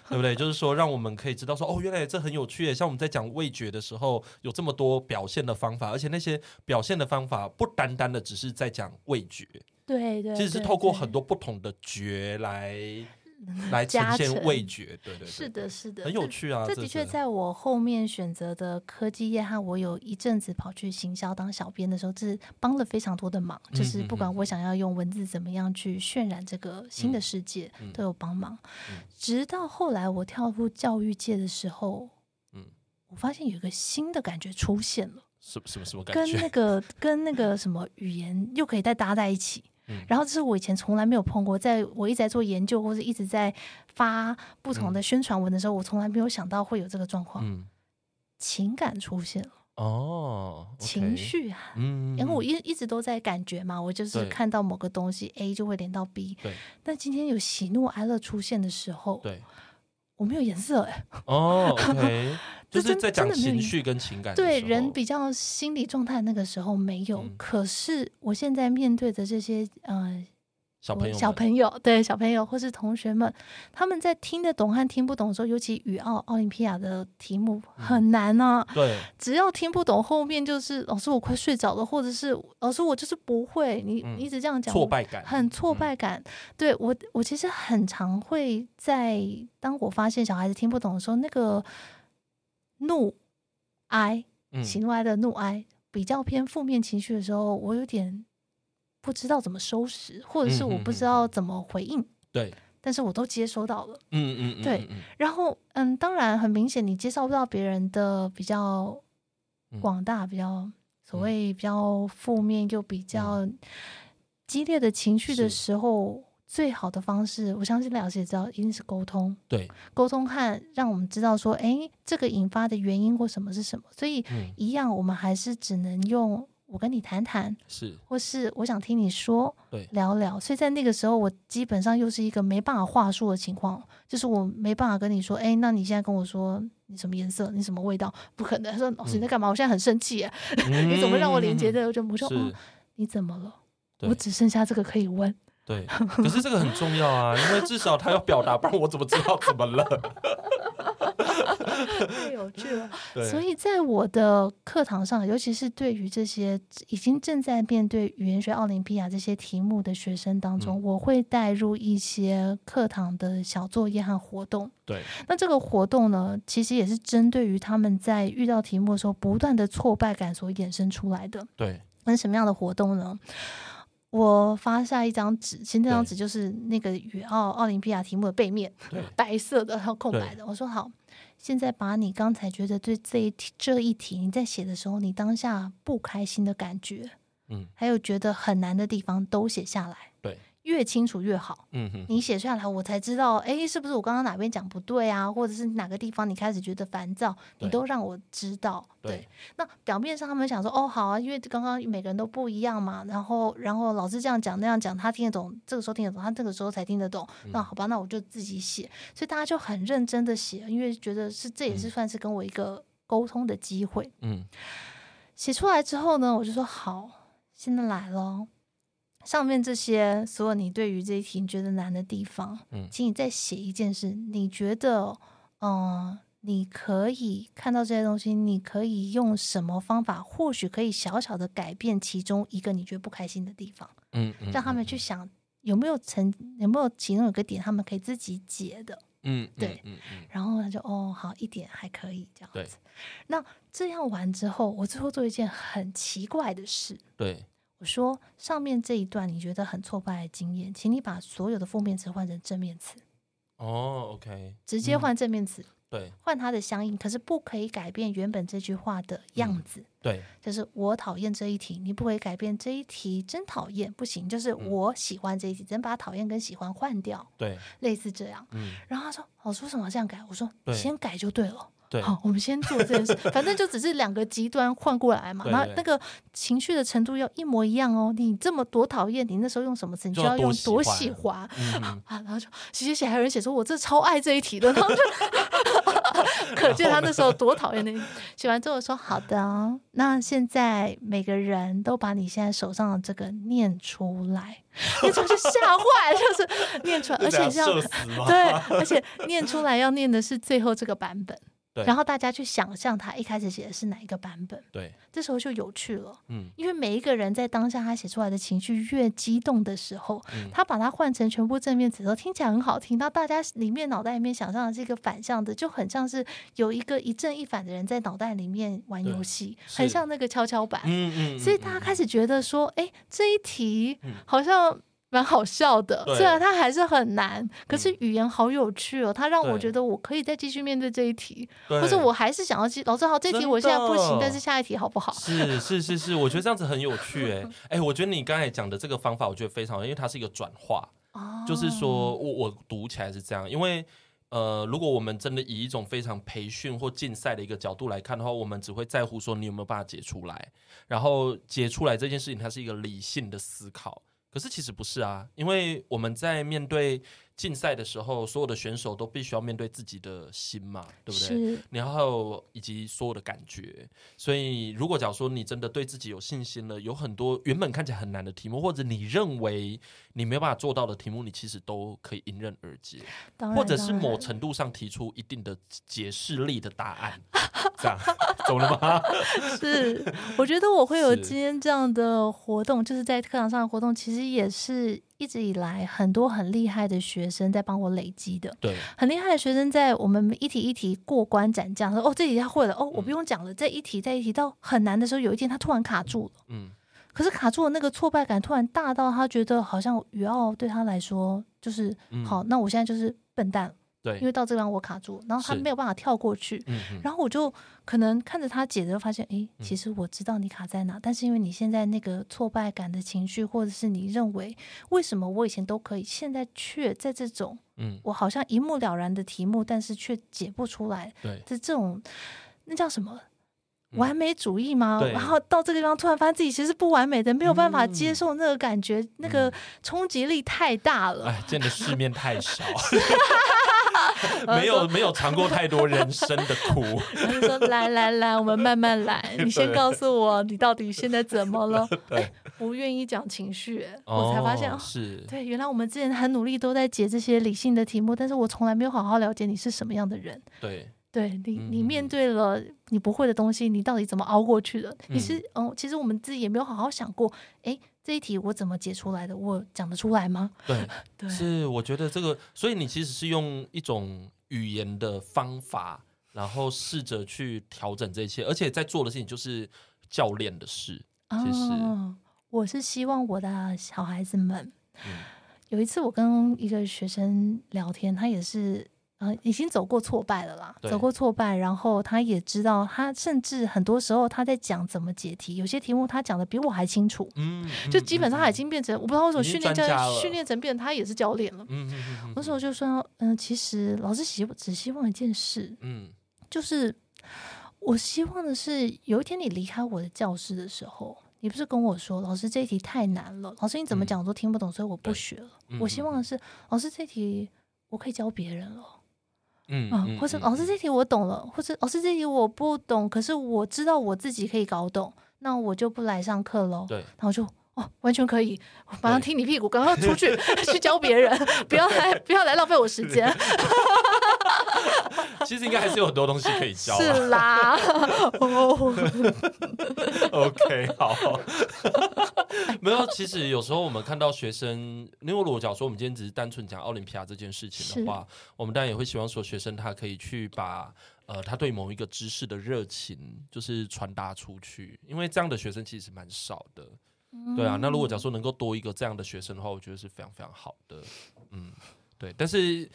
Speaker 1: 对不对？就是说，让我们可以知道说，哦，原来这很有趣耶。像我们在讲味觉的时候，有这么多表现的方法，而且那些表现的方法不单单的只是在讲味觉，
Speaker 2: 对对嗯
Speaker 1: 其实是透过很多不同的觉来来呈
Speaker 2: 加
Speaker 1: 现
Speaker 2: 成
Speaker 1: 味觉，对对对，
Speaker 2: 是的，是的，
Speaker 1: 很有
Speaker 2: 这。
Speaker 1: 趣啊，
Speaker 2: 这的确
Speaker 1: 是
Speaker 2: 在我后面选择的科技业和我有一阵子跑去行销当小编的时候，这是帮了非常多的忙。
Speaker 1: 嗯
Speaker 2: 就是不管我想要用文字怎么样去渲染这个新的世界，
Speaker 1: 嗯嗯
Speaker 2: 都有帮忙
Speaker 1: 嗯。
Speaker 2: 直到后来我跳入教育界的时候，
Speaker 1: 嗯
Speaker 2: 我发现有一个新的感觉出现了。
Speaker 1: 什什么什么感
Speaker 2: 跟
Speaker 1: 觉，
Speaker 2: 那个跟那个什么语言又可以再搭在一起。
Speaker 1: 嗯
Speaker 2: 然后这是我以前从来没有碰过，在我一直在做研究或者一直在发不同的宣传文的时候，我从来没有想到会有这个状况。
Speaker 1: 嗯，
Speaker 2: 情感出现了，
Speaker 1: 哦，
Speaker 2: 情，绪啊，
Speaker 1: 嗯，
Speaker 2: 因为我一一直都在感觉嘛，我就是
Speaker 1: 对
Speaker 2: 看到某个东西 A 就会连到 B。
Speaker 1: 对
Speaker 2: 但今天有喜怒哀乐出现的时候，
Speaker 1: 对。
Speaker 2: 我没有颜色、哎， *laughs*
Speaker 1: 哦，OK，就
Speaker 2: 这
Speaker 1: 是
Speaker 2: 真
Speaker 1: 在讲
Speaker 2: 真的没有
Speaker 1: 情
Speaker 2: 影
Speaker 1: 绪跟情感的
Speaker 2: 对
Speaker 1: 时
Speaker 2: 人
Speaker 1: 候
Speaker 2: 比较心理状态那个时候没有，
Speaker 1: 嗯
Speaker 2: 可是我现在面对的这些呃
Speaker 1: 小朋友们
Speaker 2: 小朋友对小朋友或是同学们，他们在听得懂和听不懂的时候，尤其语奥奥林匹亚的题目
Speaker 1: 嗯
Speaker 2: 很难啊，
Speaker 1: 对
Speaker 2: 只要听不懂，后面就是老师我快睡着了，或者是老师我就是不会，你
Speaker 1: 嗯
Speaker 2: 你一直这样讲，
Speaker 1: 挫
Speaker 2: 我
Speaker 1: 败感
Speaker 2: 很挫
Speaker 1: 嗯
Speaker 2: 败感。对我，我其实很常会在当我发现小孩子听不懂的时候，那个怒
Speaker 1: 嗯
Speaker 2: 哀、喜怒哀的怒哀比较偏负面情绪的时候，我有点不知道怎么收拾，或
Speaker 1: 嗯
Speaker 2: 者是我不知道怎么回应，
Speaker 1: 对，
Speaker 2: 但是我都接收到了。
Speaker 1: 嗯嗯嗯，
Speaker 2: 对
Speaker 1: 嗯，嗯
Speaker 2: 然后，嗯，当然很明显，你接受不到别人的比较
Speaker 1: 嗯
Speaker 2: 广大、比较所
Speaker 1: 嗯
Speaker 2: 谓比较负面又比较激烈的情绪的
Speaker 1: 是
Speaker 2: 时候，最好的方式，我相信老师也知道，一定是沟通。
Speaker 1: 对，
Speaker 2: 沟通和让我们知道说，诶，这个引发的原因或什么是什么。所以，
Speaker 1: 嗯
Speaker 2: 一样，我们还是只能用我跟你谈谈，
Speaker 1: 是，
Speaker 2: 或是我想听你说，
Speaker 1: 对
Speaker 2: 聊聊。所以在那个时候，我基本上又是一个没办法话术的情况，就是我没办法跟你说，哎，那你现在跟我说你什么颜色，你什么味道，不可能。他说老哦师你在干嘛？我现在很生气耶， *laughs* 你
Speaker 1: 你
Speaker 2: 怎么让我连接？这个？就我说、哦
Speaker 1: 嗯是，，
Speaker 2: 你怎么了？
Speaker 1: 对
Speaker 2: 我只剩下这个可以问，
Speaker 1: 对，可是这个很重要啊，因为至少他要表达，不然我怎么知道怎么了？
Speaker 2: *laughs* 太有趣了。
Speaker 1: 对，
Speaker 2: 所以在我的课堂上，尤其是对于这些已经正在面对语言学奥林匹亚这些题目的学生当中，
Speaker 1: 嗯
Speaker 2: 我会带入一些课堂的小作业和活动。
Speaker 1: 对，
Speaker 2: 那这个活动呢，其实也是针对于他们在遇到题目的时候不断的挫败感所衍生出来的。
Speaker 1: 对，
Speaker 2: 那是什么样的活动呢？我发下一张纸，其实那张
Speaker 1: 对
Speaker 2: 纸就是那个语奥奥林匹亚题目的背面
Speaker 1: 对，
Speaker 2: 白色的，然后空白的。我说好，现在把你刚才觉得对这一题这一题你在写的时候，你当下不开心的感觉，
Speaker 1: 嗯
Speaker 2: 还有觉得很难的地方都写下来，
Speaker 1: 对，
Speaker 2: 越清楚越好。
Speaker 1: 嗯哼，
Speaker 2: 你写下来，我才知道，诶，是不是我刚刚哪边讲不对啊，或者是哪个地方你开始觉得烦躁，你
Speaker 1: 对
Speaker 2: 都让我知道。
Speaker 1: 对
Speaker 2: 那表面上他们想说，哦，好啊，因为刚刚每个人都不一样嘛，然后然后老师这样讲那样讲，他听得懂，这个时候听得懂，他这个时候才听得懂。那好吧，那我就自己写，所以大家就很认真的写，因为觉得是这也是
Speaker 1: 嗯
Speaker 2: 算是跟我一个沟通的机会。
Speaker 1: 嗯
Speaker 2: 写出来之后呢，我就说好，现在来咯。上面这些所有你对于这一题你觉得难的地方，
Speaker 1: 嗯
Speaker 2: 请你再写一件事，你觉得，嗯、你可以看到这些东西，你可以用什么方法，或许可以小小的改变其中一个你觉得不开心的地方，
Speaker 1: 嗯嗯，
Speaker 2: 让他们
Speaker 1: 嗯
Speaker 2: 去，想有没有曾有没有其中有个点他们可以自己解的。
Speaker 1: 嗯，嗯
Speaker 2: 对，
Speaker 1: 嗯嗯
Speaker 2: 然后他就哦好一点还可以这
Speaker 1: 对
Speaker 2: 样子。那这样完之后，我最后做一件很奇怪的事，
Speaker 1: 嗯，对，
Speaker 2: 我说上面这一段你觉得很挫败的经验，请你把所有的负面词换成正面词，
Speaker 1: 哦，OK，
Speaker 2: 直接
Speaker 1: 嗯
Speaker 2: 换正面词，
Speaker 1: 对
Speaker 2: 换它的相应，可是不可以改变原本这句话的样子。
Speaker 1: 对，
Speaker 2: 就是我讨厌这一题，你不可以改变这一题，真讨厌，不行。就是我喜欢这一题，只能把讨厌跟喜欢换掉，
Speaker 1: 对，
Speaker 2: 类似这样。
Speaker 1: 嗯，
Speaker 2: 然后他说：“老师为什么要这样改？”我说：“
Speaker 1: 对
Speaker 2: 先改就对了。”
Speaker 1: 对，
Speaker 2: 好，我们先做这件事，反正就只是两个极端换过来嘛。
Speaker 1: 对
Speaker 2: 那
Speaker 1: 对
Speaker 2: 那个情绪的程度要一模一样哦。你这么多讨厌，你那时候用什么词，你
Speaker 1: 就
Speaker 2: 就
Speaker 1: 要
Speaker 2: 要用
Speaker 1: 多
Speaker 2: 多
Speaker 1: 喜
Speaker 2: 喜欢
Speaker 1: 嗯嗯
Speaker 2: 啊。然后就写写写，还有人写说我这超爱这一题的，然后就 *laughs* 可见他那时候多讨厌那一题。写完之后说好的哦，那现在每个人都把你现在手上的这个念出来，那就是吓坏，就是念出来， *laughs* 而
Speaker 1: 这样
Speaker 2: 且是要
Speaker 1: 社死吗？
Speaker 2: 对，而且念出来要念的是最后这个版本
Speaker 1: 对。
Speaker 2: 然后大家去想象他一开始写的是哪一个版本，
Speaker 1: 对，
Speaker 2: 这时候就有趣了，
Speaker 1: 嗯
Speaker 2: 因为每一个人在当下他写出来的情绪越激动的时候，
Speaker 1: 嗯
Speaker 2: 他把它换成全部正面词的时候，听起来很好听。那大家里面脑袋里面想象的是一个反向的，就很像是有一个一正一反的人在脑袋里面玩
Speaker 1: 对
Speaker 2: 游戏，
Speaker 1: 是
Speaker 2: 很像那个跷跷板。
Speaker 1: 嗯嗯，
Speaker 2: 所以
Speaker 1: 嗯
Speaker 2: 大家
Speaker 1: 嗯
Speaker 2: 开始觉得说，哎、这一题
Speaker 1: 嗯
Speaker 2: 好像蛮好笑的，
Speaker 1: 对
Speaker 2: 虽然它还是很难，可是
Speaker 1: 嗯
Speaker 2: 语言好有趣哦，它让我
Speaker 1: 对
Speaker 2: 觉得我可以再继续面对这一题，
Speaker 1: 对
Speaker 2: 或者我还是想要继老师好，这一题
Speaker 1: 真
Speaker 2: 我现在不行
Speaker 1: 的，
Speaker 2: 但是下一题好不好？
Speaker 1: 是是是是，我觉得这样子很有趣
Speaker 2: *laughs*
Speaker 1: 哎、哎、我觉得你刚才讲的这个方法，我觉得非常好，因为它是一个转化，
Speaker 2: 哦
Speaker 1: 就是说我我读起来是这样，因为呃，如果我们真的以一种非常培训或竞赛的一个角度来看的话，我们只会在乎说你有没有办法解出来，然后解出来这件事情它是一个理性的思考，可是其实不是啊，因为我们在面对竞赛的时候，所有的选手都必须要面对自己的心嘛，对不对？
Speaker 2: 是
Speaker 1: 然后以及所有的感觉，所以如果假如说你真的对自己有信心了，有很多原本看起来很难的题目，或者你认为你没有办法做到的题目，你其实都可以迎刃而解，
Speaker 2: 当然，
Speaker 1: 或者是
Speaker 2: 当然
Speaker 1: 某程度上提出一定的解释力的答案，这样懂了吗？
Speaker 2: 是，我觉得我会有
Speaker 1: 是
Speaker 2: 今天这样的活动，就是在课堂上的活动，其实也是一直以来很多很厉害的学生在帮我累积的。
Speaker 1: 对，
Speaker 2: 很厉害的学生在我们一题一题过关斩将，说哦这题他会了，哦
Speaker 1: 嗯
Speaker 2: 我不用讲了，这一题再一题到很难的时候，有一天他突然卡住了，
Speaker 1: 嗯，
Speaker 2: 可是卡住的那个挫败感突然大到他觉得好像语奥对他来说就是、
Speaker 1: 嗯
Speaker 2: 好，那我现在就是笨蛋了，因
Speaker 1: 对，
Speaker 2: 为到这边我卡住，然后他
Speaker 1: 是
Speaker 2: 没有办法跳过去，
Speaker 1: 嗯嗯
Speaker 2: 然后我就可能看着他解的，发现，诶，
Speaker 1: 嗯
Speaker 2: 其实我知道你卡在哪，但是因为你现在那个挫败感的情绪，或者是你认为为什么我以前都可以，现在却在这种
Speaker 1: 嗯，
Speaker 2: 我好像一目了然的题目，但是却解不出来，
Speaker 1: 对，
Speaker 2: 这这种那叫什么？
Speaker 1: 嗯
Speaker 2: 完美主义吗？
Speaker 1: 对
Speaker 2: 然后到这个地方，突然发现自己其实是不完美的，没有办法接
Speaker 1: 嗯
Speaker 2: 受那个感觉，那个冲击力太大了。
Speaker 1: 哎，见的世面太
Speaker 2: *laughs*
Speaker 1: 少，没有没有尝过太多人生的苦，
Speaker 2: 然
Speaker 1: *laughs*
Speaker 2: 后就说：“来来来，我们慢慢来，你先
Speaker 1: 对
Speaker 2: 告诉我你到底现在怎么了？”
Speaker 1: *laughs* 对，
Speaker 2: 哎不愿意讲情绪，我才发现，
Speaker 1: 哦
Speaker 2: 哦
Speaker 1: 是，
Speaker 2: 对，原来我们之前很努力都在解这些理性的题目，但是我从来没有好好了解你是什么样的人。
Speaker 1: 对，
Speaker 2: 对你，你
Speaker 1: 嗯
Speaker 2: 面对了你不会的东西，你到底怎么熬过去的？你
Speaker 1: 嗯
Speaker 2: 是嗯其实我们自己也没有好好想过，诶，这一题我怎么解出来的？我讲得出来吗？
Speaker 1: 对，
Speaker 2: *laughs* 对，
Speaker 1: 是，我觉得这个，所以你其实是用一种语言的方法，然后试着去调整这一切，而且在做的事情就是教练的事，其实
Speaker 2: 哦，我是希望我的小孩子们，
Speaker 1: 嗯
Speaker 2: 有一次我跟一个学生聊天，他也是。呃，已经走过挫败了啦，
Speaker 1: 对
Speaker 2: 走过挫败，然后他也知道，他甚至很多时候他在讲怎么解题，有些题目他讲的比我还清楚，
Speaker 1: 嗯，嗯
Speaker 2: 就基本上他已，经变成，我不知道为什么
Speaker 1: 已经
Speaker 2: 训练教
Speaker 1: 专家
Speaker 2: 练
Speaker 1: 了
Speaker 2: 训练成变成他也是教练了。
Speaker 1: 嗯嗯嗯嗯嗯，
Speaker 2: 那时候就说，嗯、其实老师希只希望一件事，
Speaker 1: 嗯，
Speaker 2: 就是我希望的是，有一天你离开我的教室的时候，你不是跟我说，老师这一题太难了，老师你怎么
Speaker 1: 嗯
Speaker 2: 讲我都听不懂，所以我不
Speaker 1: 对
Speaker 2: 学了。
Speaker 1: 嗯
Speaker 2: 我希望的，是，老师这题我可以教别人了。
Speaker 1: 嗯
Speaker 2: 嗯，或者老师，这题我懂了，或者老师这题我不懂，可是我知道我自己可以搞懂，那我就不来上课喽。
Speaker 1: 对
Speaker 2: 然后就哦，完全可以，我马上
Speaker 1: 对
Speaker 2: 踢你屁股，赶快出
Speaker 1: *laughs*
Speaker 2: 去去教别人，不要来不要来浪费我时间，
Speaker 1: 其实应该还是有很多东西可以教啊，
Speaker 2: *laughs* 是
Speaker 1: *laughs*
Speaker 2: 啦。哦， *laughs*
Speaker 1: OK，好。 *laughs* 没有，其实有时候我们看到学生，因为如果假如说我们今天只是单纯讲奥林匹亚这件事情的话，我们当然也会希望说学生他可以去把呃他对某一个知识的热情，就是传达出去，因为这样的学生其实蛮少的。对啊，那如果假如说能够多一个这样的学生的话，我觉得是非常非常好的。嗯，对，但是。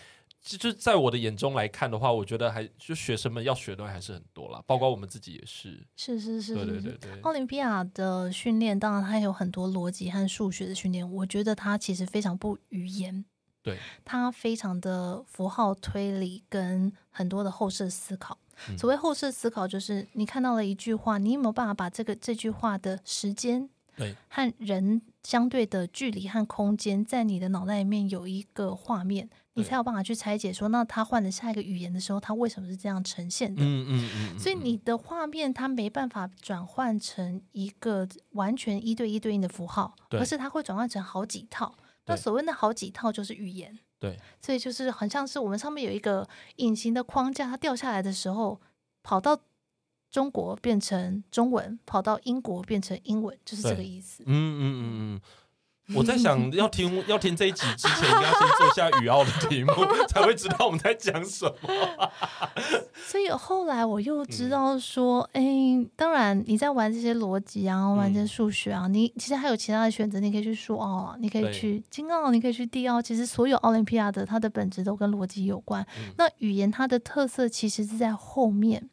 Speaker 1: 就就在我的眼中来看的话，我觉得还就学生们要学的东西还是很多啦，包括我们自己也是。哦
Speaker 2: 是是是
Speaker 1: 对对
Speaker 2: 是
Speaker 1: 对
Speaker 2: 是。
Speaker 1: 对，
Speaker 2: 奥林匹亚的训练，当然它有很多逻辑和数学的训练。我觉得它其实非常不语言，
Speaker 1: 对，
Speaker 2: 它非常的符号推理跟很多的后设思考。
Speaker 1: 嗯
Speaker 2: 所谓后设思考，就是你看到了一句话，你有没有办法把这个这句话的时间
Speaker 1: 对
Speaker 2: 和人相对的距离和空间，在你的脑袋里面有一个画面，你
Speaker 1: 对
Speaker 2: 才有办法去拆解说，那他换了下一个语言的时候，他为什么是这样呈现的？
Speaker 1: 嗯嗯嗯，嗯
Speaker 2: 所以你的画面它没办法转换成一个完全一对一对应的符号，
Speaker 1: 对
Speaker 2: 而是它会转换成好几套。那
Speaker 1: 对
Speaker 2: 所谓的好几套就是语言，
Speaker 1: 对
Speaker 2: 所以就是很像是我们上面有一个隐形的框架，它掉下来的时候，跑到中国变成中文，跑到英国变成英文，就是这
Speaker 1: 对
Speaker 2: 个意思
Speaker 1: 嗯。嗯嗯嗯，我在 *laughs* 想要听要听这一集之前，应该先做一下语奥的题目， *laughs* 才会知道我们在讲什么。
Speaker 2: 所以后来我又
Speaker 1: 嗯
Speaker 2: 知道说，哎、当然你在玩这些逻辑啊，玩
Speaker 1: 嗯
Speaker 2: 这些数学啊，你其实还有其他的选择，你可以去数奥啊，你可以
Speaker 1: 对
Speaker 2: 去金奥，你可以去地奥。其实所有奥林匹亚的它的本质都跟逻辑有关。
Speaker 1: 嗯
Speaker 2: 那语言它的特色其实是在后面。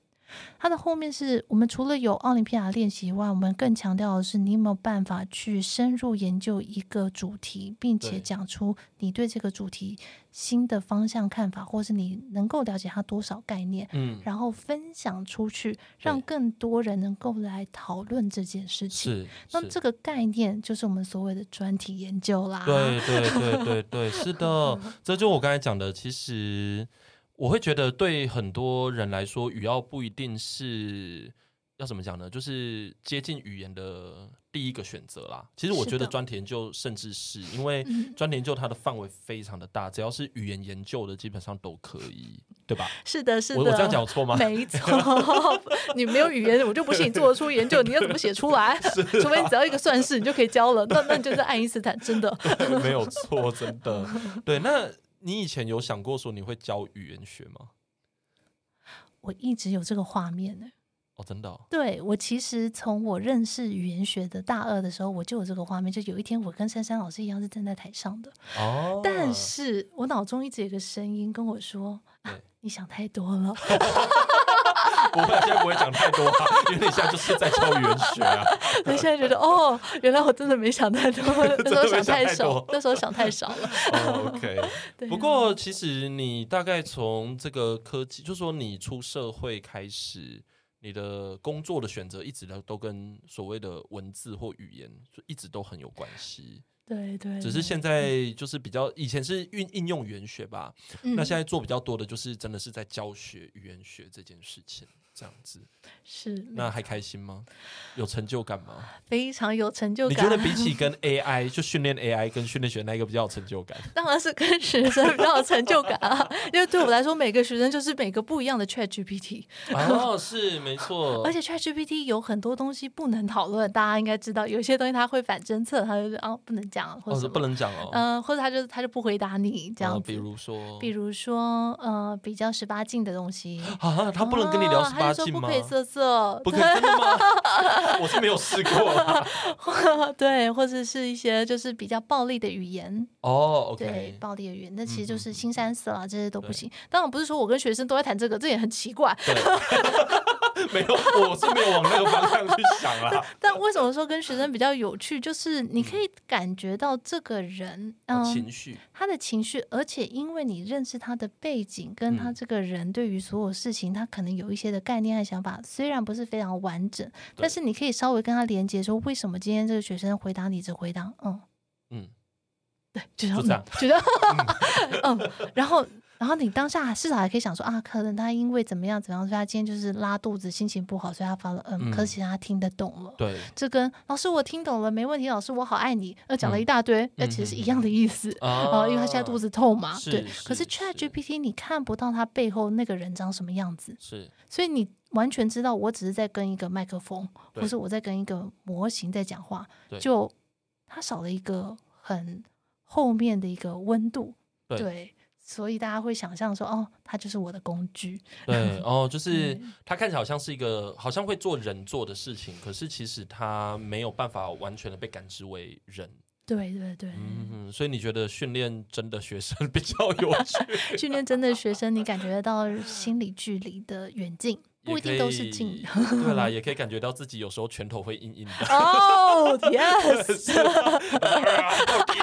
Speaker 2: 它的后面是我们除了有奥林匹亚练习以外，我们更强调的是你有没有办法去深入研究一个主题，并且
Speaker 1: 对
Speaker 2: 讲出你对这个主题新的方向看法，或是你能够了解它多少概念，
Speaker 1: 嗯，
Speaker 2: 然后分享出去，让更多人能够来讨论这件事情。
Speaker 1: 是，
Speaker 2: 那
Speaker 1: 是
Speaker 2: 这个概念就是我们所谓的专题研究啦。
Speaker 1: 对对
Speaker 2: *laughs*
Speaker 1: 对对对，是的，这就我刚才讲的。其实我会觉得，对很多人来说，语要不一定是要怎么讲呢？就是接近语言的第一个选择啦。其实我
Speaker 2: 是
Speaker 1: 觉得
Speaker 2: 的
Speaker 1: 专题研究，甚至是因为
Speaker 2: 嗯，
Speaker 1: 专题研究它的范围非常的大，只要是语言研究的，基本上都可以，对吧？
Speaker 2: 是的，是的。
Speaker 1: 我我这样讲有错吗？
Speaker 2: *laughs* 没错，你没有语言，我就不信你做得出研究。你要怎么写出来？除非你只要一个算式，你就可以教了。那那你就是爱因斯坦，真的。
Speaker 1: *laughs* *laughs* 没有错，真的。对，那你以前有想过说你会教语言学吗？
Speaker 2: 我一直有这个画面呢。
Speaker 1: 哦，真的哦、
Speaker 2: 对我其实从我认识语言学的大二的时候，我就有这个画面。就有一天，我跟珊珊老师一样是站在台上的，
Speaker 1: 哦，
Speaker 2: 但是我脑中一直有一个声音跟我说：“啊
Speaker 1: 对
Speaker 2: 你想太多了。”
Speaker 1: *laughs* 不会，现在不会讲太多啊， *laughs* 因为你现在就是在教语言学啊。
Speaker 2: 我现在觉得，哦，原来我真的没想
Speaker 1: *laughs*
Speaker 2: 太多，那时候
Speaker 1: 真的没
Speaker 2: 想
Speaker 1: 想
Speaker 2: 太
Speaker 1: 太
Speaker 2: 少
Speaker 1: 多，
Speaker 2: 那时候想太少了。
Speaker 1: *laughs* 哦 OK，
Speaker 2: 对啊
Speaker 1: 不过其实你大概从这个科技，就说你出社会开始，你的工作的选择一直都都跟所谓的文字或语言，就一直都很有关系。
Speaker 2: 对对，
Speaker 1: 只是现在就是比较，以前是运应用语言学吧，那现
Speaker 2: 嗯
Speaker 1: 在做比较多的就是真的是在教学语言学这件事情，这样子。
Speaker 2: 是
Speaker 1: 那还开心吗？有成就感吗？
Speaker 2: 非常有成就
Speaker 1: 你
Speaker 2: 感。
Speaker 1: 觉得比起跟 AI 就训练 AI 跟训练学那一个比较有成就感？
Speaker 2: 当然是跟学生比较有成就感
Speaker 1: *laughs*
Speaker 2: 啊，因为对我来说，每个学生就是每个不一样的 Chat GPT，
Speaker 1: 哦，是没错，
Speaker 2: 而且 Chat GPT 有很多东西不能讨论，大家应该知道，有一些东西它会反侦测，它就是啊不能讲，或
Speaker 1: 哦
Speaker 2: 者
Speaker 1: 是
Speaker 2: 什么
Speaker 1: 不能讲哦。
Speaker 2: 嗯、或者它就它就不回答你这
Speaker 1: 呃
Speaker 2: 样
Speaker 1: 比
Speaker 2: 子。
Speaker 1: 如说，
Speaker 2: 比如说，呃，比较十八禁的东西，
Speaker 1: 啊，他不能跟你聊
Speaker 2: 啊
Speaker 1: 十
Speaker 2: 他
Speaker 1: 八
Speaker 2: 就
Speaker 1: 禁
Speaker 2: 说
Speaker 1: 吗
Speaker 2: 不可？以色色，
Speaker 1: 不可以真的
Speaker 2: *laughs*
Speaker 1: 吗？我是没有试过啊。
Speaker 2: 对，或者是一些就是比较暴力的语言，
Speaker 1: 哦
Speaker 2: 对
Speaker 1: ，OK，
Speaker 2: 暴力的语言，那
Speaker 1: 嗯
Speaker 2: 其实就
Speaker 1: 嗯
Speaker 2: 是
Speaker 1: 嗯
Speaker 2: 新三色啊，这些都不
Speaker 1: 对
Speaker 2: 行。当然不是说我跟学生都在谈这个，这也很奇怪。
Speaker 1: 对， *laughs* 没有，我是没有往那个方向去想啦。
Speaker 2: 但为什么说跟学生比较有趣？就是你可以感觉到这个人， *laughs* 嗯、
Speaker 1: 情绪，
Speaker 2: 他的情绪，而且因为你认识他的背景，跟他
Speaker 1: 嗯
Speaker 2: 这个人对于所有事情，他可能有一些的概念和想法，虽然不是非常完整，但是你可以稍微跟他连接，说为什么今天这个学生回答你只回答嗯，
Speaker 1: 嗯，
Speaker 2: 对，就
Speaker 1: 就这样
Speaker 2: 觉得嗯，然后。然后你当下至少还可以想说啊，可能他因为怎么样怎么样，所以他今天就是拉肚子，心情不好，所以他发了嗯。
Speaker 1: 嗯
Speaker 2: 可是其实他听得懂了，
Speaker 1: 对，
Speaker 2: 这跟老师我听懂了，没问题，老师我好爱你，呃，讲了
Speaker 1: 嗯
Speaker 2: 一大堆，那、其实是一样的意思。
Speaker 1: 啊
Speaker 2: 哦，因为他现在肚
Speaker 1: 子
Speaker 2: 子痛嘛，
Speaker 1: 是
Speaker 2: 对。
Speaker 1: 是
Speaker 2: 可是
Speaker 1: 是
Speaker 2: Chat GPT 你看不到他背后那个人长什么样子，
Speaker 1: 是
Speaker 2: 所以你完全知道我只是在跟一个麦克风，
Speaker 1: 对
Speaker 2: 或是我在跟一个模型在讲话
Speaker 1: 对，
Speaker 2: 就它少了一个很后面的一个温度，
Speaker 1: 对
Speaker 2: 所以大家会想象说，哦，它就是我的工具，
Speaker 1: 对哦，就是
Speaker 2: 对
Speaker 1: 他看起来好像是一个，好像会做人做的事情，可是其实他没有办法完全的被感知为人。
Speaker 2: 对对对，
Speaker 1: 嗯，所以你觉得训练真的学生 *laughs* 比较有趣，
Speaker 2: 训练真的学生，你感觉得到心理距离的远近， *laughs* 不一定都是近 *laughs*
Speaker 1: 也。可以。对啦，也可以感觉到自己有时候拳头会硬硬的。 *laughs*
Speaker 2: 哦、y e s
Speaker 1: 是吧到底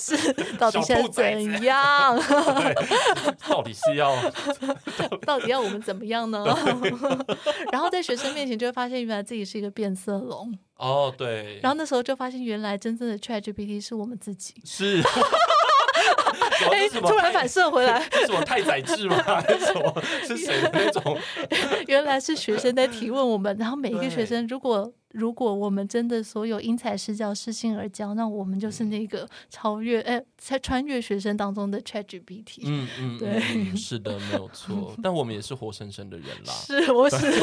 Speaker 2: 是到底现在怎样？ *laughs*
Speaker 1: 到底是要
Speaker 2: 到底要我们怎么样呢？ *laughs* 然后在学生面前就会发现，原来自己是一个变色龙。
Speaker 1: 哦，对，
Speaker 2: 然后那时候就发现，原来真正的 ChatGPT 是我们自己。
Speaker 1: 是， *laughs* 怎么
Speaker 2: 哎，
Speaker 1: 哦是什么
Speaker 2: *laughs* 突然反射回来，
Speaker 1: 是什么太宰治吗？还是什么是谁的那种？
Speaker 2: 原来是学生在提问我们。然后每一个
Speaker 1: 对
Speaker 2: 学生，如果如果我们真的所有因材施教、适性而教，那我们
Speaker 1: 嗯
Speaker 2: 就是那个超越哎，在穿越学生当中的 ChatGPT。
Speaker 1: 嗯嗯，
Speaker 2: 对
Speaker 1: 嗯，是的，没有错。但我们也是活生生的人啦。
Speaker 2: 是，我是。
Speaker 1: *laughs*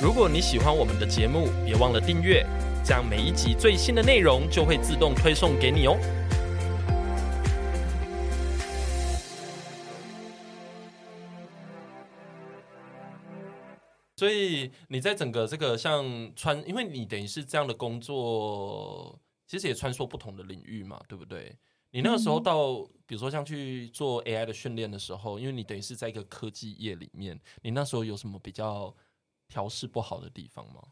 Speaker 1: 如果你喜欢我们的节目，别忘了订阅，这样每一集最新的内容就会自动推送给你哦。所以你在整个这个像穿，因为你等于是这样的工作，其实也穿梭不同的领域嘛，对不对？你那个时候到，比如说像去做 AI 的训练的时候，因为你等于是在一个科技业里面，你那时候有什么比较调试不好的地方吗？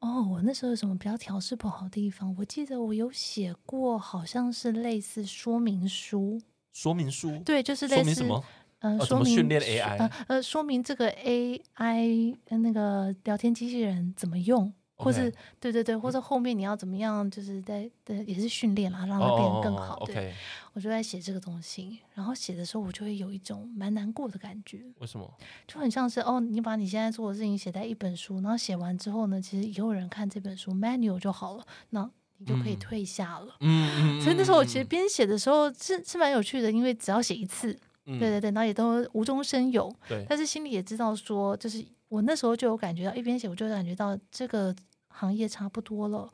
Speaker 2: 哦，我那时候有什么比较调试不好的地方？我记得我有写过，好像是类似说明书，
Speaker 1: 说明书，
Speaker 2: 对，就是
Speaker 1: 说
Speaker 2: 类
Speaker 1: 明
Speaker 2: 似
Speaker 1: 什么？
Speaker 2: 嗯、
Speaker 1: 哦
Speaker 2: 呃，
Speaker 1: 怎
Speaker 2: 说
Speaker 1: 么
Speaker 2: 明
Speaker 1: 训练 AI
Speaker 2: 呃呃，说明这个 AI 呃那个聊天机器人怎么用。或是
Speaker 1: OK 嗯
Speaker 2: 对对对，或者后面你要怎么样，就是在对也是训练啦，让它变得更好。
Speaker 1: 哦、
Speaker 2: 对
Speaker 1: OK，
Speaker 2: 我就在写这个东西，然后写的时候我就会有一种蛮难过的感觉，
Speaker 1: 为什么？
Speaker 2: 就很像是哦，你把你现在做的事情写在一本书，然后写完之后呢，其实以后人看这本书 manual 就好了，那你就可以
Speaker 1: 嗯
Speaker 2: 退下了。
Speaker 1: 嗯嗯
Speaker 2: 所以那时候我其实
Speaker 1: 嗯
Speaker 2: 编写的时候是是蛮有趣的，因为只要写一次，
Speaker 1: 嗯
Speaker 2: 对对对，然后也都无中生有，
Speaker 1: 对
Speaker 2: 但是心里也知道说，就是我那时候就有感觉到，一边写我就感觉到这个行业差不多了。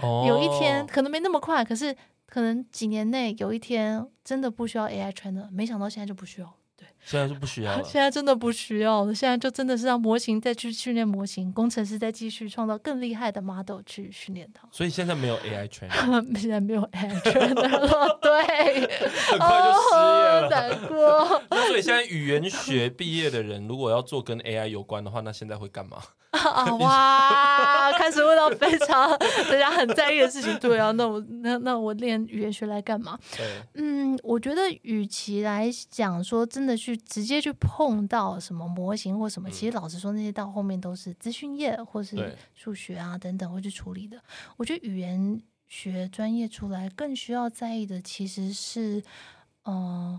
Speaker 1: 哦
Speaker 2: 有一天可能没那么快，可是可能几年内有一天真的不需要 AI train 了。没想到现在就不需要，
Speaker 1: 现在是不需要了。
Speaker 2: *laughs* 现在真的不需要了。现在就真的是让模型再去训练模型，工程师再继续创造更厉害的 model 去训练它。 *laughs*
Speaker 1: 所以现在没有 AI train，
Speaker 2: 现在没有 AI trainer
Speaker 1: *laughs*
Speaker 2: 了，对，
Speaker 1: 很快就失业
Speaker 2: 哦
Speaker 1: 了。
Speaker 2: 难过。
Speaker 1: 那所以现在语言学毕业的人，如果要做跟 AI 有关的话，那现在会干嘛？
Speaker 2: *laughs* 啊哇！开始问到非常大家很在意的事情。对啊，那我 *laughs* 那那我练语言学来干嘛？
Speaker 1: 对，
Speaker 2: 嗯，我觉得与其来讲说真的去直接去碰到什么模型或什么，
Speaker 1: 嗯
Speaker 2: 其实老实说，那些到后面都是资讯业或
Speaker 1: 对
Speaker 2: 是数学啊等等会去处理的。我觉得语言学专业出来更需要在意的其实是，嗯、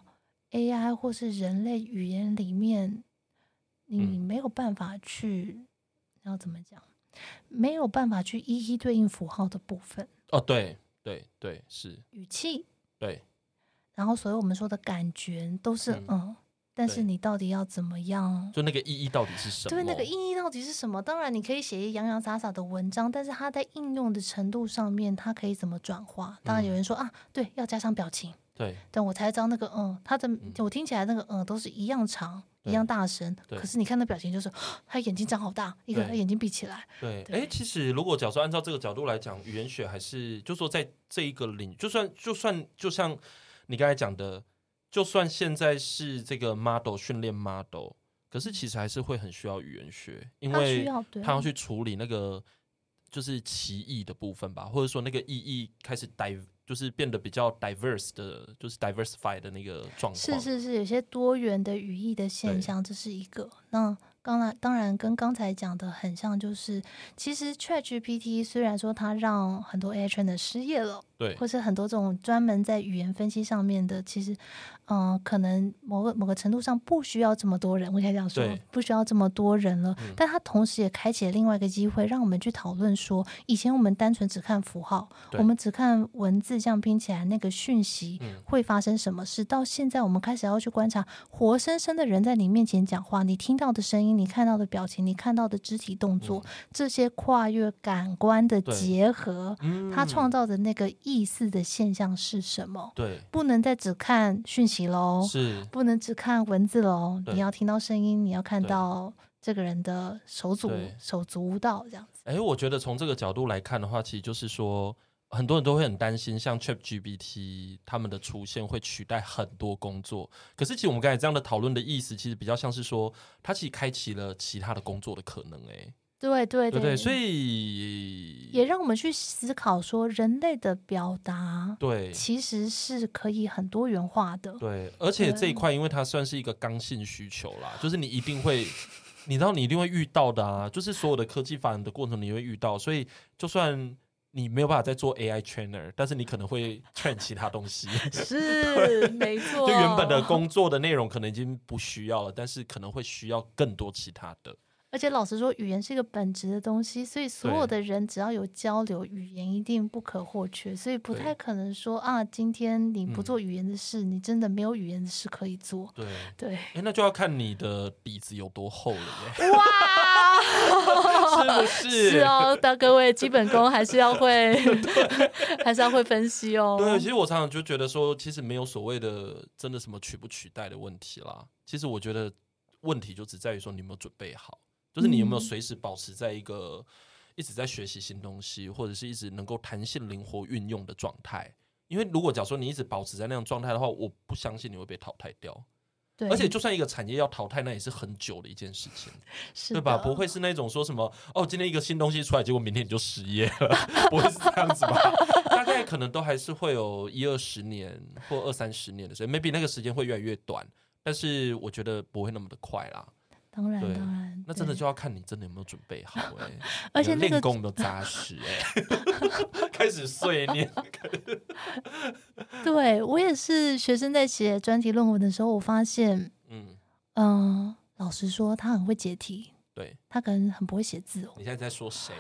Speaker 2: 呃、，AI 或是人类语言里面，你
Speaker 1: 嗯
Speaker 2: 没有办法去、要怎么讲，没有办法去一一对应符号的部分，
Speaker 1: 哦，对对对，是，
Speaker 2: 语气，
Speaker 1: 对，
Speaker 2: 然后所有我们说的感觉都是
Speaker 1: 嗯
Speaker 2: 嗯但是
Speaker 1: 对
Speaker 2: 你到底要怎么样？
Speaker 1: 就那个意义到底是什么？
Speaker 2: 对，那个意义到底是什么？当然，你可以写一洋洋洒洒的文章，但是它在应用的程度上面，它可以怎么转化？当然，
Speaker 1: 嗯
Speaker 2: 有人说、啊，对，要加上表情，
Speaker 1: 对
Speaker 2: 但我才知道那个嗯，它的我听起来那个嗯都是一样长。一样大声，
Speaker 1: 对
Speaker 2: 可是你看那表情就是，他眼睛张好大，一个
Speaker 1: 对
Speaker 2: 他眼睛闭起来，
Speaker 1: 对，
Speaker 2: 对
Speaker 1: 哎，其实如果假设按照这个角度来讲，语言学还是就说在这一个领，就算就算就像你刚才讲的，就算现在是这个 model 训练 model，可是其实还是会很需要语言学，因
Speaker 2: 他需
Speaker 1: 为
Speaker 2: 要对，
Speaker 1: 他要去处理那个就是歧义的部分吧，或者说那个意义开始 div 就是变得比较 diverse 的，就是 diversify 的那个状况。
Speaker 2: 是是是，有些多元的语义的
Speaker 1: 对
Speaker 2: 现象，这是一个。那刚来，当然跟刚才讲的很像，就是其实 ChatGPT 虽然说它让很多 AI trainer 失业了，
Speaker 1: 对
Speaker 2: 或是很多这种专门在语言分析上面的，其实，嗯、可能某个某个程度上不需要这么多人，我想想说
Speaker 1: 对，
Speaker 2: 不需要这么多人了。
Speaker 1: 嗯
Speaker 2: 但它同时也开启了另外一个机会，让我们去讨论说，以前我们单纯只看符号，
Speaker 1: 对
Speaker 2: 我们只看文字这样拼起来那个讯息
Speaker 1: 嗯
Speaker 2: 会发生什么事。到现在，我们开始要去观察活生生的人在你面前讲话，你听到的声音，你看到的表情，你看到的肢体动作，这些跨越感官的
Speaker 1: 嗯对
Speaker 2: 结合，
Speaker 1: 嗯
Speaker 2: 它创造的那个意思的现象是什么？
Speaker 1: 对
Speaker 2: 不能再只看讯息喽，
Speaker 1: 是
Speaker 2: 不能只看文字喽，
Speaker 1: 对
Speaker 2: 你要听到声音，你要看
Speaker 1: 对
Speaker 2: 到这个人的手足
Speaker 1: 对
Speaker 2: 手足无蹈这样子。
Speaker 1: 哎，我觉得从这个角度来看的话，其实就是说，很多人都会很担心，像 ChatGPT 他们的出现会取代很多工作。可是，其实我们刚才这样的讨论的意思，其实比较像是说，它其实开启了其他的工作的可能、哎，
Speaker 2: 对对
Speaker 1: 对不对？所
Speaker 2: 以
Speaker 1: 以
Speaker 2: 也让我们去思考说，人类的表达
Speaker 1: 对
Speaker 2: 其实是可以很多元化
Speaker 1: *laughs*
Speaker 2: 的。
Speaker 1: 对，而且这一
Speaker 2: 对
Speaker 1: 块，因为它算是一个刚性需求啦，就是你一定会，你知道你一定会遇到的啊，就是所有的科技发展的过程你会遇到，所以就算你没有办法再做 AI trainer，但是你可能会 train 其他东西， *laughs*
Speaker 2: 是没错
Speaker 1: 就原本的工作的内容可能已经不需要了，但是可能会需要更多其他的。
Speaker 2: 而且老实说，语言是一个本质的东西，所以所有的人只要有交流，语言一定不可或缺。所以不
Speaker 1: 对
Speaker 2: 太可能说啊，今天你不
Speaker 1: 嗯
Speaker 2: 做语言的事，你真的没有语言的事可以做。
Speaker 1: 对，
Speaker 2: 对，
Speaker 1: 哎，那就要看你的底子有多厚了耶，
Speaker 2: 哇！
Speaker 1: *laughs* 是不是？
Speaker 2: 是
Speaker 1: *laughs*
Speaker 2: 哦，大各位基本功还是要会，还是要会分析哦。
Speaker 1: 对，其实我常常就觉得说，其实没有所谓的真的什么取不取代的问题啦。其实我觉得问题就只在于说你有没有准备好，就是你有没有
Speaker 2: 嗯
Speaker 1: 随时保持在一个一直在学习新东西，或者是一直能够弹性灵活运用的状态。因因为如果假如说你一直保持在那种状态的话，我不相信你会被淘汰掉。
Speaker 2: 对，
Speaker 1: 而且就算一个产业要淘汰，那也是很久的一件事情，
Speaker 2: 是
Speaker 1: 对吧？
Speaker 2: 的
Speaker 1: 不会是那种说什么哦，今天一个新东西出来，结果明天你就失业了， *laughs* 不会是这样子吧？ *laughs* 大概可能都还是会有一二十年或二三十年的时间，maybe 那个时间会越来越短，但是我觉得不会那么的快啦。
Speaker 2: 当然
Speaker 1: 对
Speaker 2: 当然，
Speaker 1: 那真的
Speaker 2: 对
Speaker 1: 就要看你真的有没有准备好
Speaker 2: *laughs*
Speaker 1: 哎、
Speaker 2: 而且
Speaker 1: 你
Speaker 2: 那
Speaker 1: 的练
Speaker 2: 个
Speaker 1: 功都扎实
Speaker 2: *laughs*
Speaker 1: 哎、 *laughs* 开始碎念，
Speaker 2: 对我也是学生在写专题论文的时候，我发现，
Speaker 1: 嗯，
Speaker 2: 嗯、老实说，他很会解题，
Speaker 1: 对
Speaker 2: 他可能很不会写字哦。
Speaker 1: 你现在在说谁？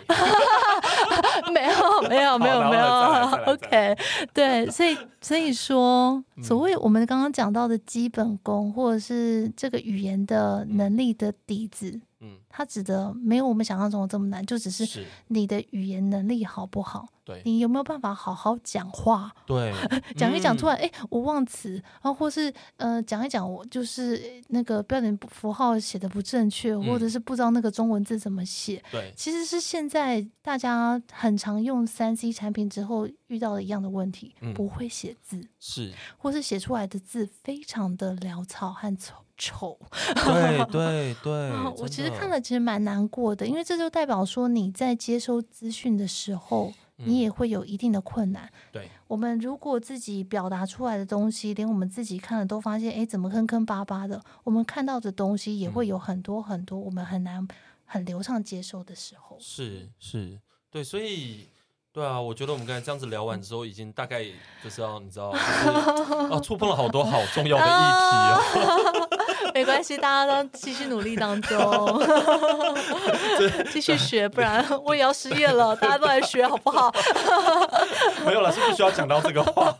Speaker 2: *laughs* 没有，没有，没有，
Speaker 1: 好
Speaker 2: 没有
Speaker 1: 然
Speaker 2: *laughs*
Speaker 1: 后再来。嗯再
Speaker 2: OK，对，所以所以说，所谓我们刚刚讲到的基本功，或者是这个语言的能力的底子，
Speaker 1: 嗯，
Speaker 2: 它指的没有我们想象中的这么难，就只是
Speaker 1: 是，
Speaker 2: 你的语言能力好不好，
Speaker 1: 对
Speaker 2: 你有没有办法好好讲话？
Speaker 1: 对，
Speaker 2: 讲一讲，
Speaker 1: 嗯
Speaker 2: 突然哎、诶我忘词，然、后或是呃，讲一讲，我就是诶那个标点符号写的不正确，或
Speaker 1: 嗯
Speaker 2: 者是不知道那个中文字怎么写，
Speaker 1: 对，
Speaker 2: 其实是现在大家很常用三 C 产品之后遇到的一样的问题，
Speaker 1: 嗯
Speaker 2: 不会写字， *laughs*
Speaker 1: 是，
Speaker 2: 或是写出来的字非常的潦草和丑丑。
Speaker 1: 对对对
Speaker 2: 啊， *laughs* 我
Speaker 1: 哎真
Speaker 2: 其实
Speaker 1: 的
Speaker 2: 看，了，其实蛮难过的，因为这就代表说你在接收资讯的时候，
Speaker 1: 嗯
Speaker 2: 你也会有一定的困难。
Speaker 1: 对，
Speaker 2: 我们如果自己表达出来的东西，连我们自己看了都发现，哎，怎么坑坑巴巴的？我们看到的东西也
Speaker 1: 嗯
Speaker 2: 会有很多很多我们很难很流畅接受的时候。
Speaker 1: 是是，对，所以。对啊，我觉得我们刚才这样子聊完之后，已经大概就是要你知道，就是啊，触碰了好多好重要的议题哦。*laughs*
Speaker 2: *laughs* 没关系，大家都继续努力当
Speaker 1: *laughs*
Speaker 2: 中，继续学，不然我也要失业了。大家都来学好不好？
Speaker 1: 没有了，是不需要讲到这个话。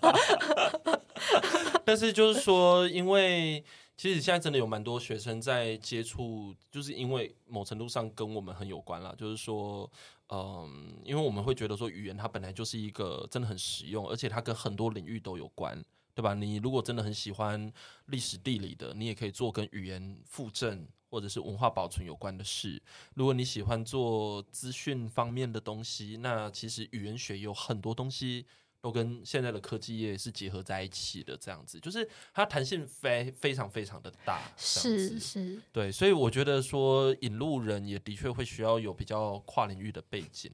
Speaker 1: 但是就是说，因为其实现在真的有蛮多学生在接触，就是因为某程度上跟我们很有关啦。就是说，嗯，因为我们会觉得说，语言它本来就是一个真的很实用，而且它跟很多领域都有关。对吧？你如果真的很喜欢历史地理的，你也可以做跟语言附赠或者是文化保存有关的事。如果你喜欢做资讯方面的东西，那其实语言学有很多东西都跟现在的科技业是结合在一起的，这样子就是它弹性非非常非常的大，这样
Speaker 2: *laughs* 是
Speaker 1: 子
Speaker 2: 是，
Speaker 1: 对，所以我觉得说引路人也的确会需要有比较跨领域的背景。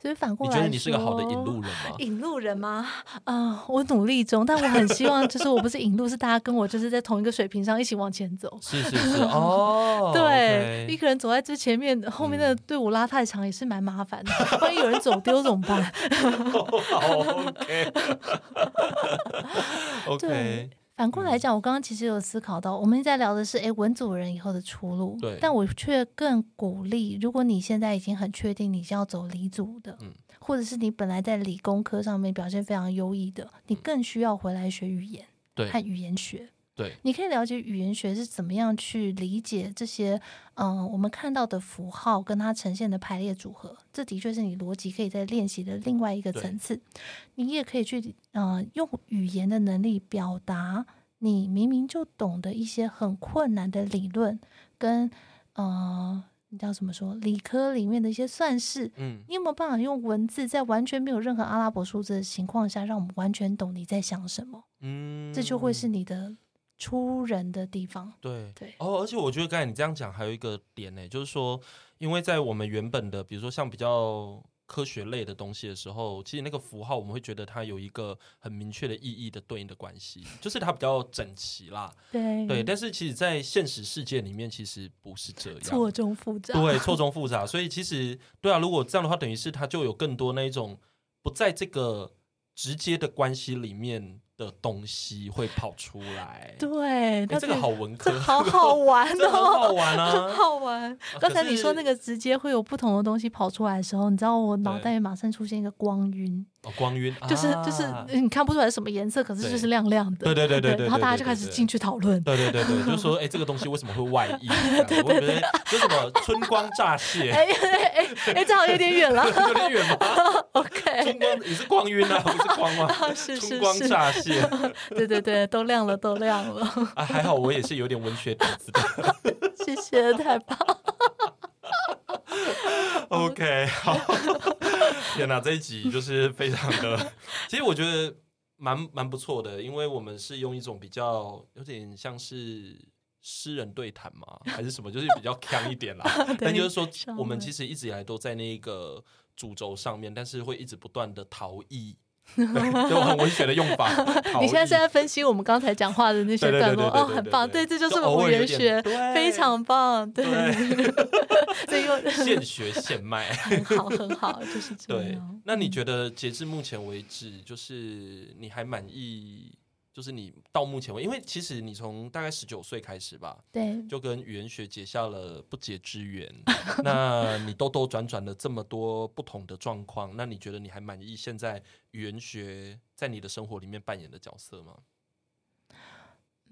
Speaker 2: 所以反过
Speaker 1: 你
Speaker 2: 来
Speaker 1: 觉得
Speaker 2: 说，
Speaker 1: 你是个好的引路人吗？
Speaker 2: 引路人吗？啊、我努力中，但我很希望，就是我不是引路，是大家跟我就是在同一个水平上一起往前走。
Speaker 1: *laughs* 是是是，哦，
Speaker 2: *laughs* 对
Speaker 1: *laughs* OK 嗯
Speaker 2: 一个人走在最前面，后面那个队伍拉太长也是蛮麻烦的。 *laughs* 万一有人走丢怎么办？
Speaker 1: 好 OK *laughs*
Speaker 2: 对
Speaker 1: OK，嗯
Speaker 2: 反过来讲，我刚刚其实有思考到，我们一直在聊的是诶哎文组人以后的出路，
Speaker 1: 对
Speaker 2: 但我却更鼓励，如果你现在已经很确定你是要走理组的，
Speaker 1: 嗯
Speaker 2: 或者是你本来在理工科上面表现非常优异的，你更需要回来学语言
Speaker 1: 嗯对
Speaker 2: 和语言学。
Speaker 1: 对，
Speaker 2: 你可以了解语言学是怎么样去理解这些，嗯、我们看到的符号跟它呈现的排列组合，这的确是你逻辑可以在练习的另外一个
Speaker 1: 对
Speaker 2: 层次。你也可以去呃用语言的能力表达你明明就懂得一些很困难的理论，跟呃你叫怎么说理科里面的一些算式，
Speaker 1: 嗯，
Speaker 2: 你有没有办法用文字在完全没有任何阿拉伯数字的情况下，让我们完全懂你在想什么？
Speaker 1: 嗯，
Speaker 2: 这就会是你的出人的地方。
Speaker 1: 对
Speaker 2: 对
Speaker 1: 哦，而且我觉得刚才你这样讲还有一个点呢、就是说，因为在我们原本的，比如说像比较科学类的东西的时候，其实那个符号我们会觉得它有一个很明确的意义的对应的关系，就是它比较整齐啦。
Speaker 2: 对
Speaker 1: 对，但是其实，在现实世界里面，其实不是这样。
Speaker 2: 错综复杂。
Speaker 1: 对，错综复杂。所以其实对啊，如果这样的话，等于是它就有更多那一种不在这个直接的关系里面的东西会跑出来。诶，
Speaker 2: 对，那
Speaker 1: 哎这个好文科，
Speaker 2: 这好
Speaker 1: *laughs*
Speaker 2: 好玩
Speaker 1: 这很
Speaker 2: 哦。
Speaker 1: 好玩
Speaker 2: 很
Speaker 1: 啊。
Speaker 2: *laughs* 好玩。刚才你说那个直接会有不同的东西跑出来的时候，你知道我脑袋马上出现一个光晕，
Speaker 1: 哦，光晕
Speaker 2: 就是
Speaker 1: 啊
Speaker 2: 就是你看不出来是什么颜色，可是
Speaker 1: 对
Speaker 2: 就是亮亮的。
Speaker 1: 对对对对对
Speaker 2: 然后
Speaker 1: 对
Speaker 2: 大家
Speaker 1: 对
Speaker 2: 就开始
Speaker 1: 对
Speaker 2: 进去讨论。
Speaker 1: 对对对对，就是说，哎，这个东西为什么会外溢？
Speaker 2: *laughs*
Speaker 1: 这样我觉得就什么春光乍泄，。
Speaker 2: 哎哎哎哎，这好像有点远了
Speaker 1: *laughs*
Speaker 2: *laughs*
Speaker 1: 有点远吗？*laughs*
Speaker 2: OK，
Speaker 1: 春光也是光晕啊，不是光吗？
Speaker 2: 哎 *laughs* 是是
Speaker 1: 春光
Speaker 2: 是
Speaker 1: 乍泄
Speaker 2: 对对对，都亮了，都亮了， *laughs*
Speaker 1: 啊，还好我也是有点文学底子 *laughs* 的。
Speaker 2: 谢谢，太棒。。
Speaker 1: *laughs* *laughs* OK，好，天哪，这一集就是非常的，其实我觉得蛮蛮不错的，因为我们是用一种比较有点像是诗人对谈 *laughs* 嘛，还是什么，就是比较强一点 *laughs* 啦
Speaker 2: 对
Speaker 1: 但就是说
Speaker 2: 稍，微
Speaker 1: 我们其实一直以来都在那一个主轴上面，但是会一直不断的逃 *laughs* 逸，对，就很文学的用 *laughs* 法。逃
Speaker 2: 你现在
Speaker 1: 逸
Speaker 2: 是在分析我们刚才讲话的那些
Speaker 1: 对对
Speaker 2: 段
Speaker 1: 对
Speaker 2: 落
Speaker 1: 对
Speaker 2: 哦，
Speaker 1: 对
Speaker 2: 很
Speaker 1: 对
Speaker 2: 棒，
Speaker 1: 对
Speaker 2: 对，这就是
Speaker 1: 就
Speaker 2: 我
Speaker 1: 偶
Speaker 2: 们
Speaker 1: 尔有
Speaker 2: 原
Speaker 1: 点
Speaker 2: 学，
Speaker 1: 对
Speaker 2: 非常棒，对，
Speaker 1: *laughs* 对
Speaker 2: 这个
Speaker 1: 现学现卖。
Speaker 2: 很好，很好，就是这
Speaker 1: 对啊
Speaker 2: 样。，
Speaker 1: 那你觉得截至目前为止，就是你还满意？就是你到目前为止，因为其实你从大概十九岁开始吧，
Speaker 2: 对
Speaker 1: 就跟语言学结下了不解之缘。那你兜兜转转了这么多不同的状况，那你觉得你还满意现在语言学在你的生活里面扮演的角色吗？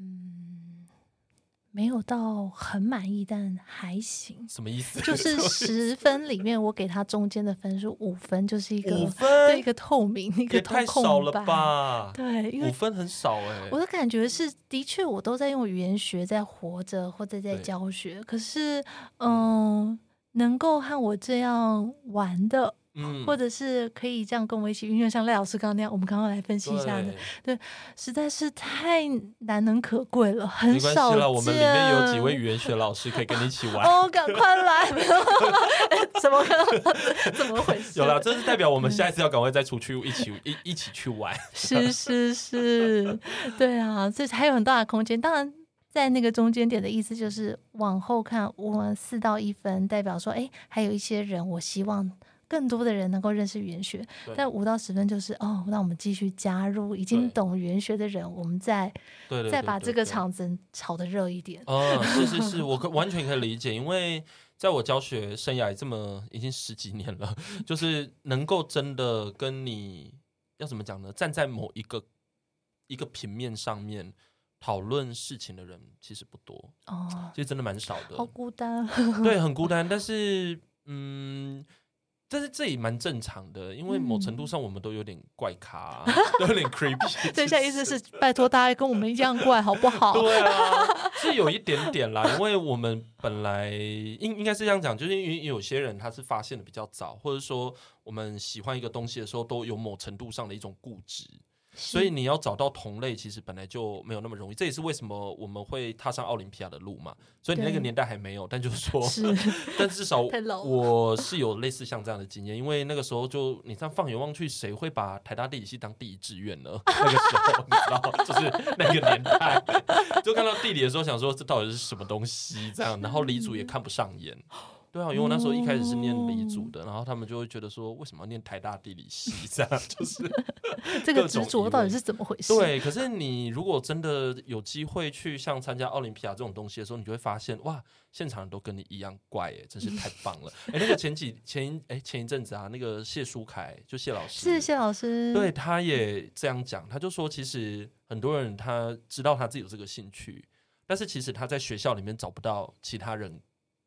Speaker 2: 嗯，没有到很满意，但还行。
Speaker 1: 什么意思？
Speaker 2: 就是
Speaker 1: *laughs*
Speaker 2: 十分里面，我给他中间的分数五分，就是一
Speaker 1: 五
Speaker 2: 个对一
Speaker 1: 分，
Speaker 2: 个透明，一个
Speaker 1: 也
Speaker 2: 通
Speaker 1: 太
Speaker 2: 空
Speaker 1: 少了
Speaker 2: 白？
Speaker 1: 吧？
Speaker 2: 对，因
Speaker 1: 五
Speaker 2: 为
Speaker 1: 分很少哎、
Speaker 2: 我的感觉是，的确我都在用语言学在活着或者在
Speaker 1: 对
Speaker 2: 教学，可是嗯、能够和我这样玩的，
Speaker 1: 嗯
Speaker 2: 或者是可以这样跟我一起运用，像赖老师刚刚那样，我们刚刚来分析一下的
Speaker 1: 对，
Speaker 2: 实在是太难能可贵了，很
Speaker 1: 没关
Speaker 2: 少
Speaker 1: 系
Speaker 2: 见。
Speaker 1: 啦，我们里面有几位语言学老师可以跟你一起玩。
Speaker 2: 哦，赶快来！没有， *laughs* 怎么 *laughs* 怎么回事？
Speaker 1: *laughs* 有啦，这是代表
Speaker 2: 嗯
Speaker 1: 我们下一次要赶快再出去一起一一起去玩。
Speaker 2: 是是是，对啊，这还有很大的空间。当然，在那个中间点的意思就是往后看，我四到一分代表说，哎，还有一些人，我希望更多的人能够认识语言学
Speaker 1: 对。
Speaker 2: 但五到十分就是哦，那我们继续加入已经
Speaker 1: 对
Speaker 2: 懂语言学的人，我们再
Speaker 1: 对对对
Speaker 2: 再把这
Speaker 1: 对
Speaker 2: 个。
Speaker 1: 对
Speaker 2: 场子炒得热一点。
Speaker 1: 哦，是是是，我可完全可以理解，因为在我教学生涯这么已经十几年了，就是能够真的跟你要怎么讲呢？站在某一个一个平面上面讨论事情的人其实不多，
Speaker 2: 哦，
Speaker 1: 其实真的蛮少的。
Speaker 2: 好孤单。啊
Speaker 1: *laughs* 对，很孤单，但是嗯。但是这也蛮正常的，因为某程度上我们都有点怪咖、啊都有点 creepy。*laughs*
Speaker 2: 这下意思是拜托大家跟我们一样怪好不好？
Speaker 1: 对啊，是有一点点啦，因为我们本来应应该是这样讲，就是因为有些人他是发现的比较早，或者说我们喜欢一个东西的时候都有某程度上的一种固执，所以你要找到同类其实本来就没有那么容易，这也是为什么我们会踏上奥林匹亚的路嘛。所以你那个
Speaker 2: 对
Speaker 1: 年代还没有，但就是说，
Speaker 2: 是 *laughs*
Speaker 1: *laughs* 但至少
Speaker 2: 太老了
Speaker 1: 我是有类似像这样的经验，因为那个时候就你这样放眼望去，谁会把台大地理系当第一志愿呢？ *laughs* 那个时候你知道，就是那个年代，就看到地理的时候想说这到底是什么东西这样，然后理组也看不上眼。对啊，因为我那时候一开始是念理组的，然后他们就会觉得说，为什么要念台大地理系这样？ *laughs* 就是
Speaker 2: 这
Speaker 1: 各
Speaker 2: 个
Speaker 1: 种
Speaker 2: 执
Speaker 1: 疑
Speaker 2: 着
Speaker 1: 问
Speaker 2: 到底是怎么回事？
Speaker 1: 对，可是你如果真的有机会去像参加奥林匹亚这种东西的时候，你就会发现，哇，现场人都跟你一样怪、欸，真是太棒
Speaker 2: *laughs*
Speaker 1: 了！哎、那个前几前一哎、前一阵子啊，那个谢书凯就谢老师，
Speaker 2: 是谢老师，
Speaker 1: 对，他也这样讲，他就说，其实很多人他知道他自己有这个兴趣，但是其实他在学校里面找不到其他人，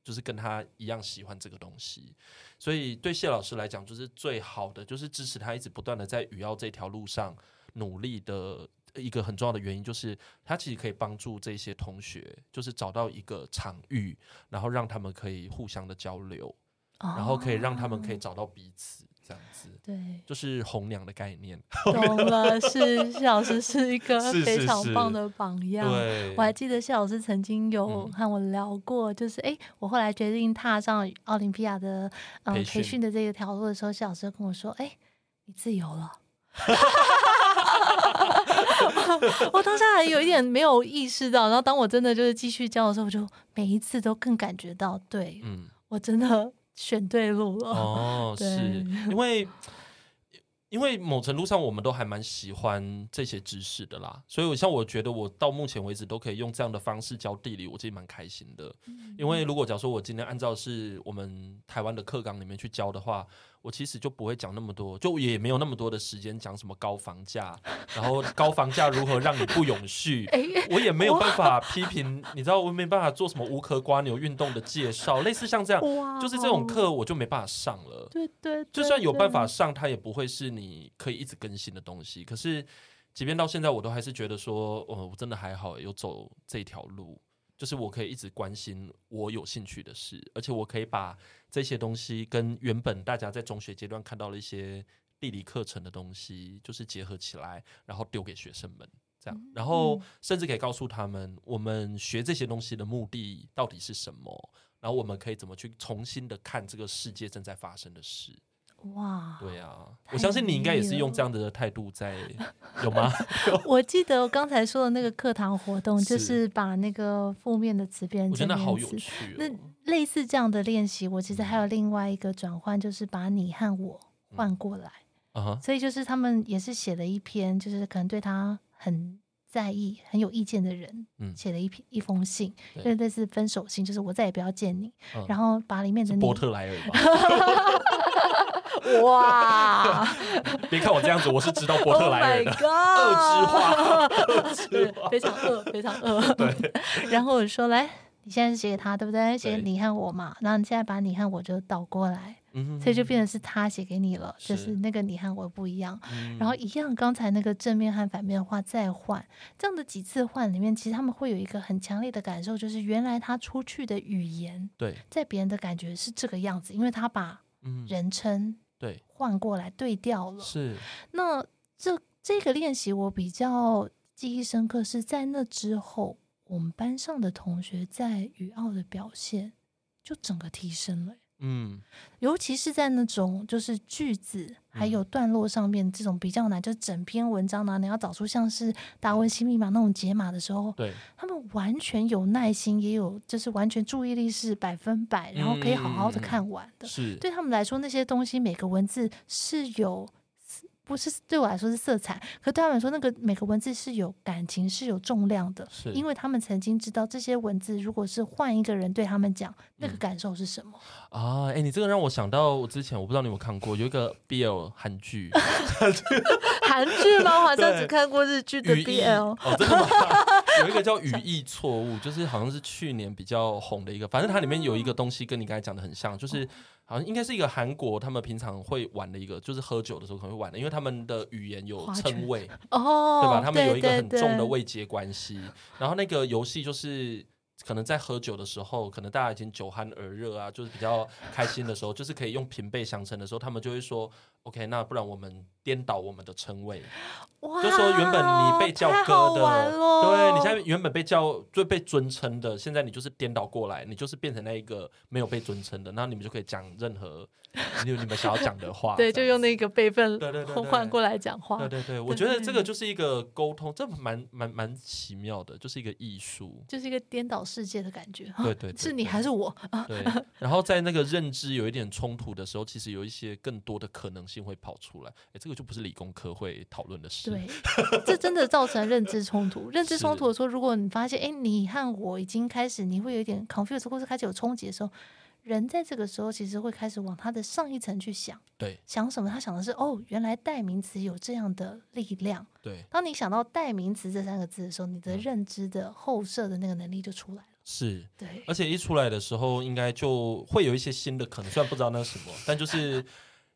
Speaker 1: 就是跟他一样喜欢这个东西，所以对谢老师来讲，就是最好的，就是支持他一直不断的在语奥这条路上努力的。一个很重要的原因就是，他其实可以帮助这些同学，就是找到一个场域，然后让他们可以互相的交流，
Speaker 2: 哦，
Speaker 1: 然后可以让他们可以找到彼此，这样子，
Speaker 2: 对
Speaker 1: 就是红娘的概念。
Speaker 2: *laughs* 懂了，是谢老师
Speaker 1: *laughs*
Speaker 2: 是一个
Speaker 1: 是
Speaker 2: 非
Speaker 1: 是
Speaker 2: 常
Speaker 1: 是
Speaker 2: 棒的榜样。
Speaker 1: 对，
Speaker 2: 我还记得谢老师曾经有
Speaker 1: 嗯
Speaker 2: 和我聊过，就是哎，诶我后来决定踏上奥林匹亚的嗯
Speaker 1: 培
Speaker 2: 培
Speaker 1: 训
Speaker 2: 训的这个条路的时候，谢老师就跟我说：“哎，你自由了。” *laughs* 我当下还有一点没有意识到，然后当我真的就是继续教的时候，我就每一次都更感觉到，对 *laughs*
Speaker 1: 嗯，
Speaker 2: 我真的选对路了。
Speaker 1: 哦，
Speaker 2: 对
Speaker 1: 是因为。因为某程度上，我们都还蛮喜欢这些知识的啦，所以我像我觉得，我到目前为止都可以用这样的方式教地理，我自己蛮开心的。
Speaker 2: 嗯
Speaker 1: 因为如果假如说我今天按照是我们台湾的课纲里面去教的话，我其实就不会讲那么多，就也没有那么多的时间讲什么高房价，然后高房价如何让你不永续，
Speaker 2: *laughs* 哎，
Speaker 1: 我也没有办法批评，你知道，我没办法做什么无壳瓜牛运动的介绍，类似像这样，
Speaker 2: 哇，哦
Speaker 1: 就是这种，课我就没办法上了。
Speaker 2: 对对，
Speaker 1: 就算有办法上，它也不会是你可以一直更新的东西。可是，即便到现在，我都还是觉得说，哦，我真的还好，有走这条路，就是我可以一直关心我有兴趣的事，而且我可以把这些东西跟原本大家在中学阶段看到的一些地理课程的东西，就是结合起来，然后丢给学生们。这
Speaker 2: 嗯
Speaker 1: 样，然后甚至可以告诉他们，我们学这些东西的目的到底是什么，然后我们可以怎么去重新的看这个世界正在发生的事。
Speaker 2: 哇，
Speaker 1: 对啊，
Speaker 2: 太
Speaker 1: 我相信你应该也是
Speaker 2: 有
Speaker 1: 用这样的态度
Speaker 2: *laughs*
Speaker 1: 在，有吗？
Speaker 2: 我记得我刚才说的那个课堂活动，就是是把那个负面的词变成
Speaker 1: 我觉
Speaker 2: 正
Speaker 1: 得那
Speaker 2: 面
Speaker 1: 好有
Speaker 2: 词。
Speaker 1: 趣、嗯
Speaker 2: 那
Speaker 1: 哦。
Speaker 2: 类似这样的练习，我其实还有另外一个转换，就是把你和我
Speaker 1: 嗯
Speaker 2: 换过来。
Speaker 1: 啊哈，
Speaker 2: 所以就是他们也是写了一篇，就是可能对他很在意、很有意见的人，
Speaker 1: 嗯
Speaker 2: 写了一篇一封信，
Speaker 1: 对
Speaker 2: 就是类似分手信，就是我再也不要见你，
Speaker 1: 嗯
Speaker 2: 然后把里面的
Speaker 1: 是
Speaker 2: 你，
Speaker 1: 波特莱尔吧？
Speaker 2: *laughs* 哇
Speaker 1: 别看我这样子，我是知道波特
Speaker 2: ，Oh
Speaker 1: 莱尔
Speaker 2: my
Speaker 1: *laughs* 的。
Speaker 2: God，恶
Speaker 1: 之化
Speaker 2: 非常恶，非常恶。
Speaker 1: 对，
Speaker 2: *laughs* 然后我说来。你现在是写给他，对不对？写给
Speaker 1: 对
Speaker 2: 你和我嘛，然后你现在把你和我就倒过来，
Speaker 1: 嗯
Speaker 2: 所以就变成是他写给你了，就是是那个你和我不一样。
Speaker 1: 嗯
Speaker 2: 然后一样，刚才那个正面和反面的话再换，这样的几次换里面，其实他们会有一个很强烈的感受，就是原来他出去的语言，
Speaker 1: 对，
Speaker 2: 在别人的感觉是这个样子，因为他把
Speaker 1: 嗯，
Speaker 2: 人称
Speaker 1: 对，
Speaker 2: 换过来对调了。
Speaker 1: 是，
Speaker 2: 那这这个练习我比较记忆深刻，是在那之后，我们班上的同学在语奥的表现就整个提升了。
Speaker 1: 嗯，
Speaker 2: 尤其是在那种就是句子还有段落上面这种比较难，就整篇文章呢、啊你要找出像是达文西密码那种解码的时候，
Speaker 1: 对，
Speaker 2: 他们完全有耐心，也有就是完全注意力是百分百，然后可以好好的看完的。
Speaker 1: 是，
Speaker 2: 对他们来说，那些东西每个文字是有。不是对我来说是色彩，可对他们来说，那个每个文字是有感情、是有重量的，
Speaker 1: 是
Speaker 2: 因为他们曾经知道这些文字，如果是换一个人对他们讲，那个
Speaker 1: 嗯
Speaker 2: 感受是
Speaker 1: *laughs*
Speaker 2: 什么。
Speaker 1: 啊，哎、你这个让我想到，我之前我不知道你有没有看过，有一个 BL 韩剧
Speaker 2: 韩剧吗？我好像
Speaker 1: 对
Speaker 2: 只看过日剧的
Speaker 1: 语义
Speaker 2: BL
Speaker 1: 哦，真的
Speaker 2: *laughs*
Speaker 1: 吗？有一个叫语义错误，就是好像是去年比较红的一个，反正它里面有一个东西跟你刚才讲的很像，就是
Speaker 2: 哦
Speaker 1: 好像应该是一个韩国他们平常会玩的一个，就是喝酒的时候可能会玩的，因为他们的语言有
Speaker 2: 划
Speaker 1: 称
Speaker 2: 拳
Speaker 1: 谓，
Speaker 2: 哦，
Speaker 1: 对吧？他们有一个
Speaker 2: 对
Speaker 1: 很重的。
Speaker 2: 对
Speaker 1: 位阶关系。然后那个游戏就是。可能在喝酒的时候，可能大家已经酒酣耳热啊，就是比较开心的时候，就是可以用平辈相称的时候，他们就会说，OK，那不然我们颠倒我们的称谓，
Speaker 2: 哇，
Speaker 1: 就说原本你被叫
Speaker 2: 哦太好
Speaker 1: 哥
Speaker 2: 玩
Speaker 1: 的，
Speaker 2: 咯
Speaker 1: 对你现在原本被叫就被尊称的，现在你就是颠倒过来，你就是变成那一个没有被尊称的，那你们就可以讲任何你你们想要讲的话，
Speaker 2: *laughs* 对，
Speaker 1: 啊这
Speaker 2: 就
Speaker 1: 样
Speaker 2: 用那个辈分
Speaker 1: 对对对对
Speaker 2: 换过来讲话
Speaker 1: 对。对对，我觉得这个
Speaker 2: 对。
Speaker 1: 就是一个沟通，这蛮蛮蛮奇妙的，就是一个艺术
Speaker 2: 就是一个颠倒世界的感觉，
Speaker 1: 对对对
Speaker 2: 啊 *laughs* 是你
Speaker 1: 对
Speaker 2: 还是我？
Speaker 1: 对，然后在那个认知有一点冲突的时候，其实有一些更多的可能性会跑出来。哎，这个就不是理工科会讨论的事。
Speaker 2: 对，这真的造成认知冲突。认知冲
Speaker 1: 是
Speaker 2: 突的时候，如果你发现，哎，你和我已经开始，你会有一点 confused，或是开始有冲击的时候，人在这个时候其实会开始往他的上一层去想，
Speaker 1: 对
Speaker 2: 想什么？他想的是，哦，原来代名词有这样的力量，
Speaker 1: 对，
Speaker 2: 当你想到代名词这三个字的时候，你的
Speaker 1: 嗯
Speaker 2: 认知的后设的那个能力就出来了。
Speaker 1: 是。
Speaker 2: 对，
Speaker 1: 而且一出来的时候，应该就会有一些新的可能，虽然不知道那是什么，但就是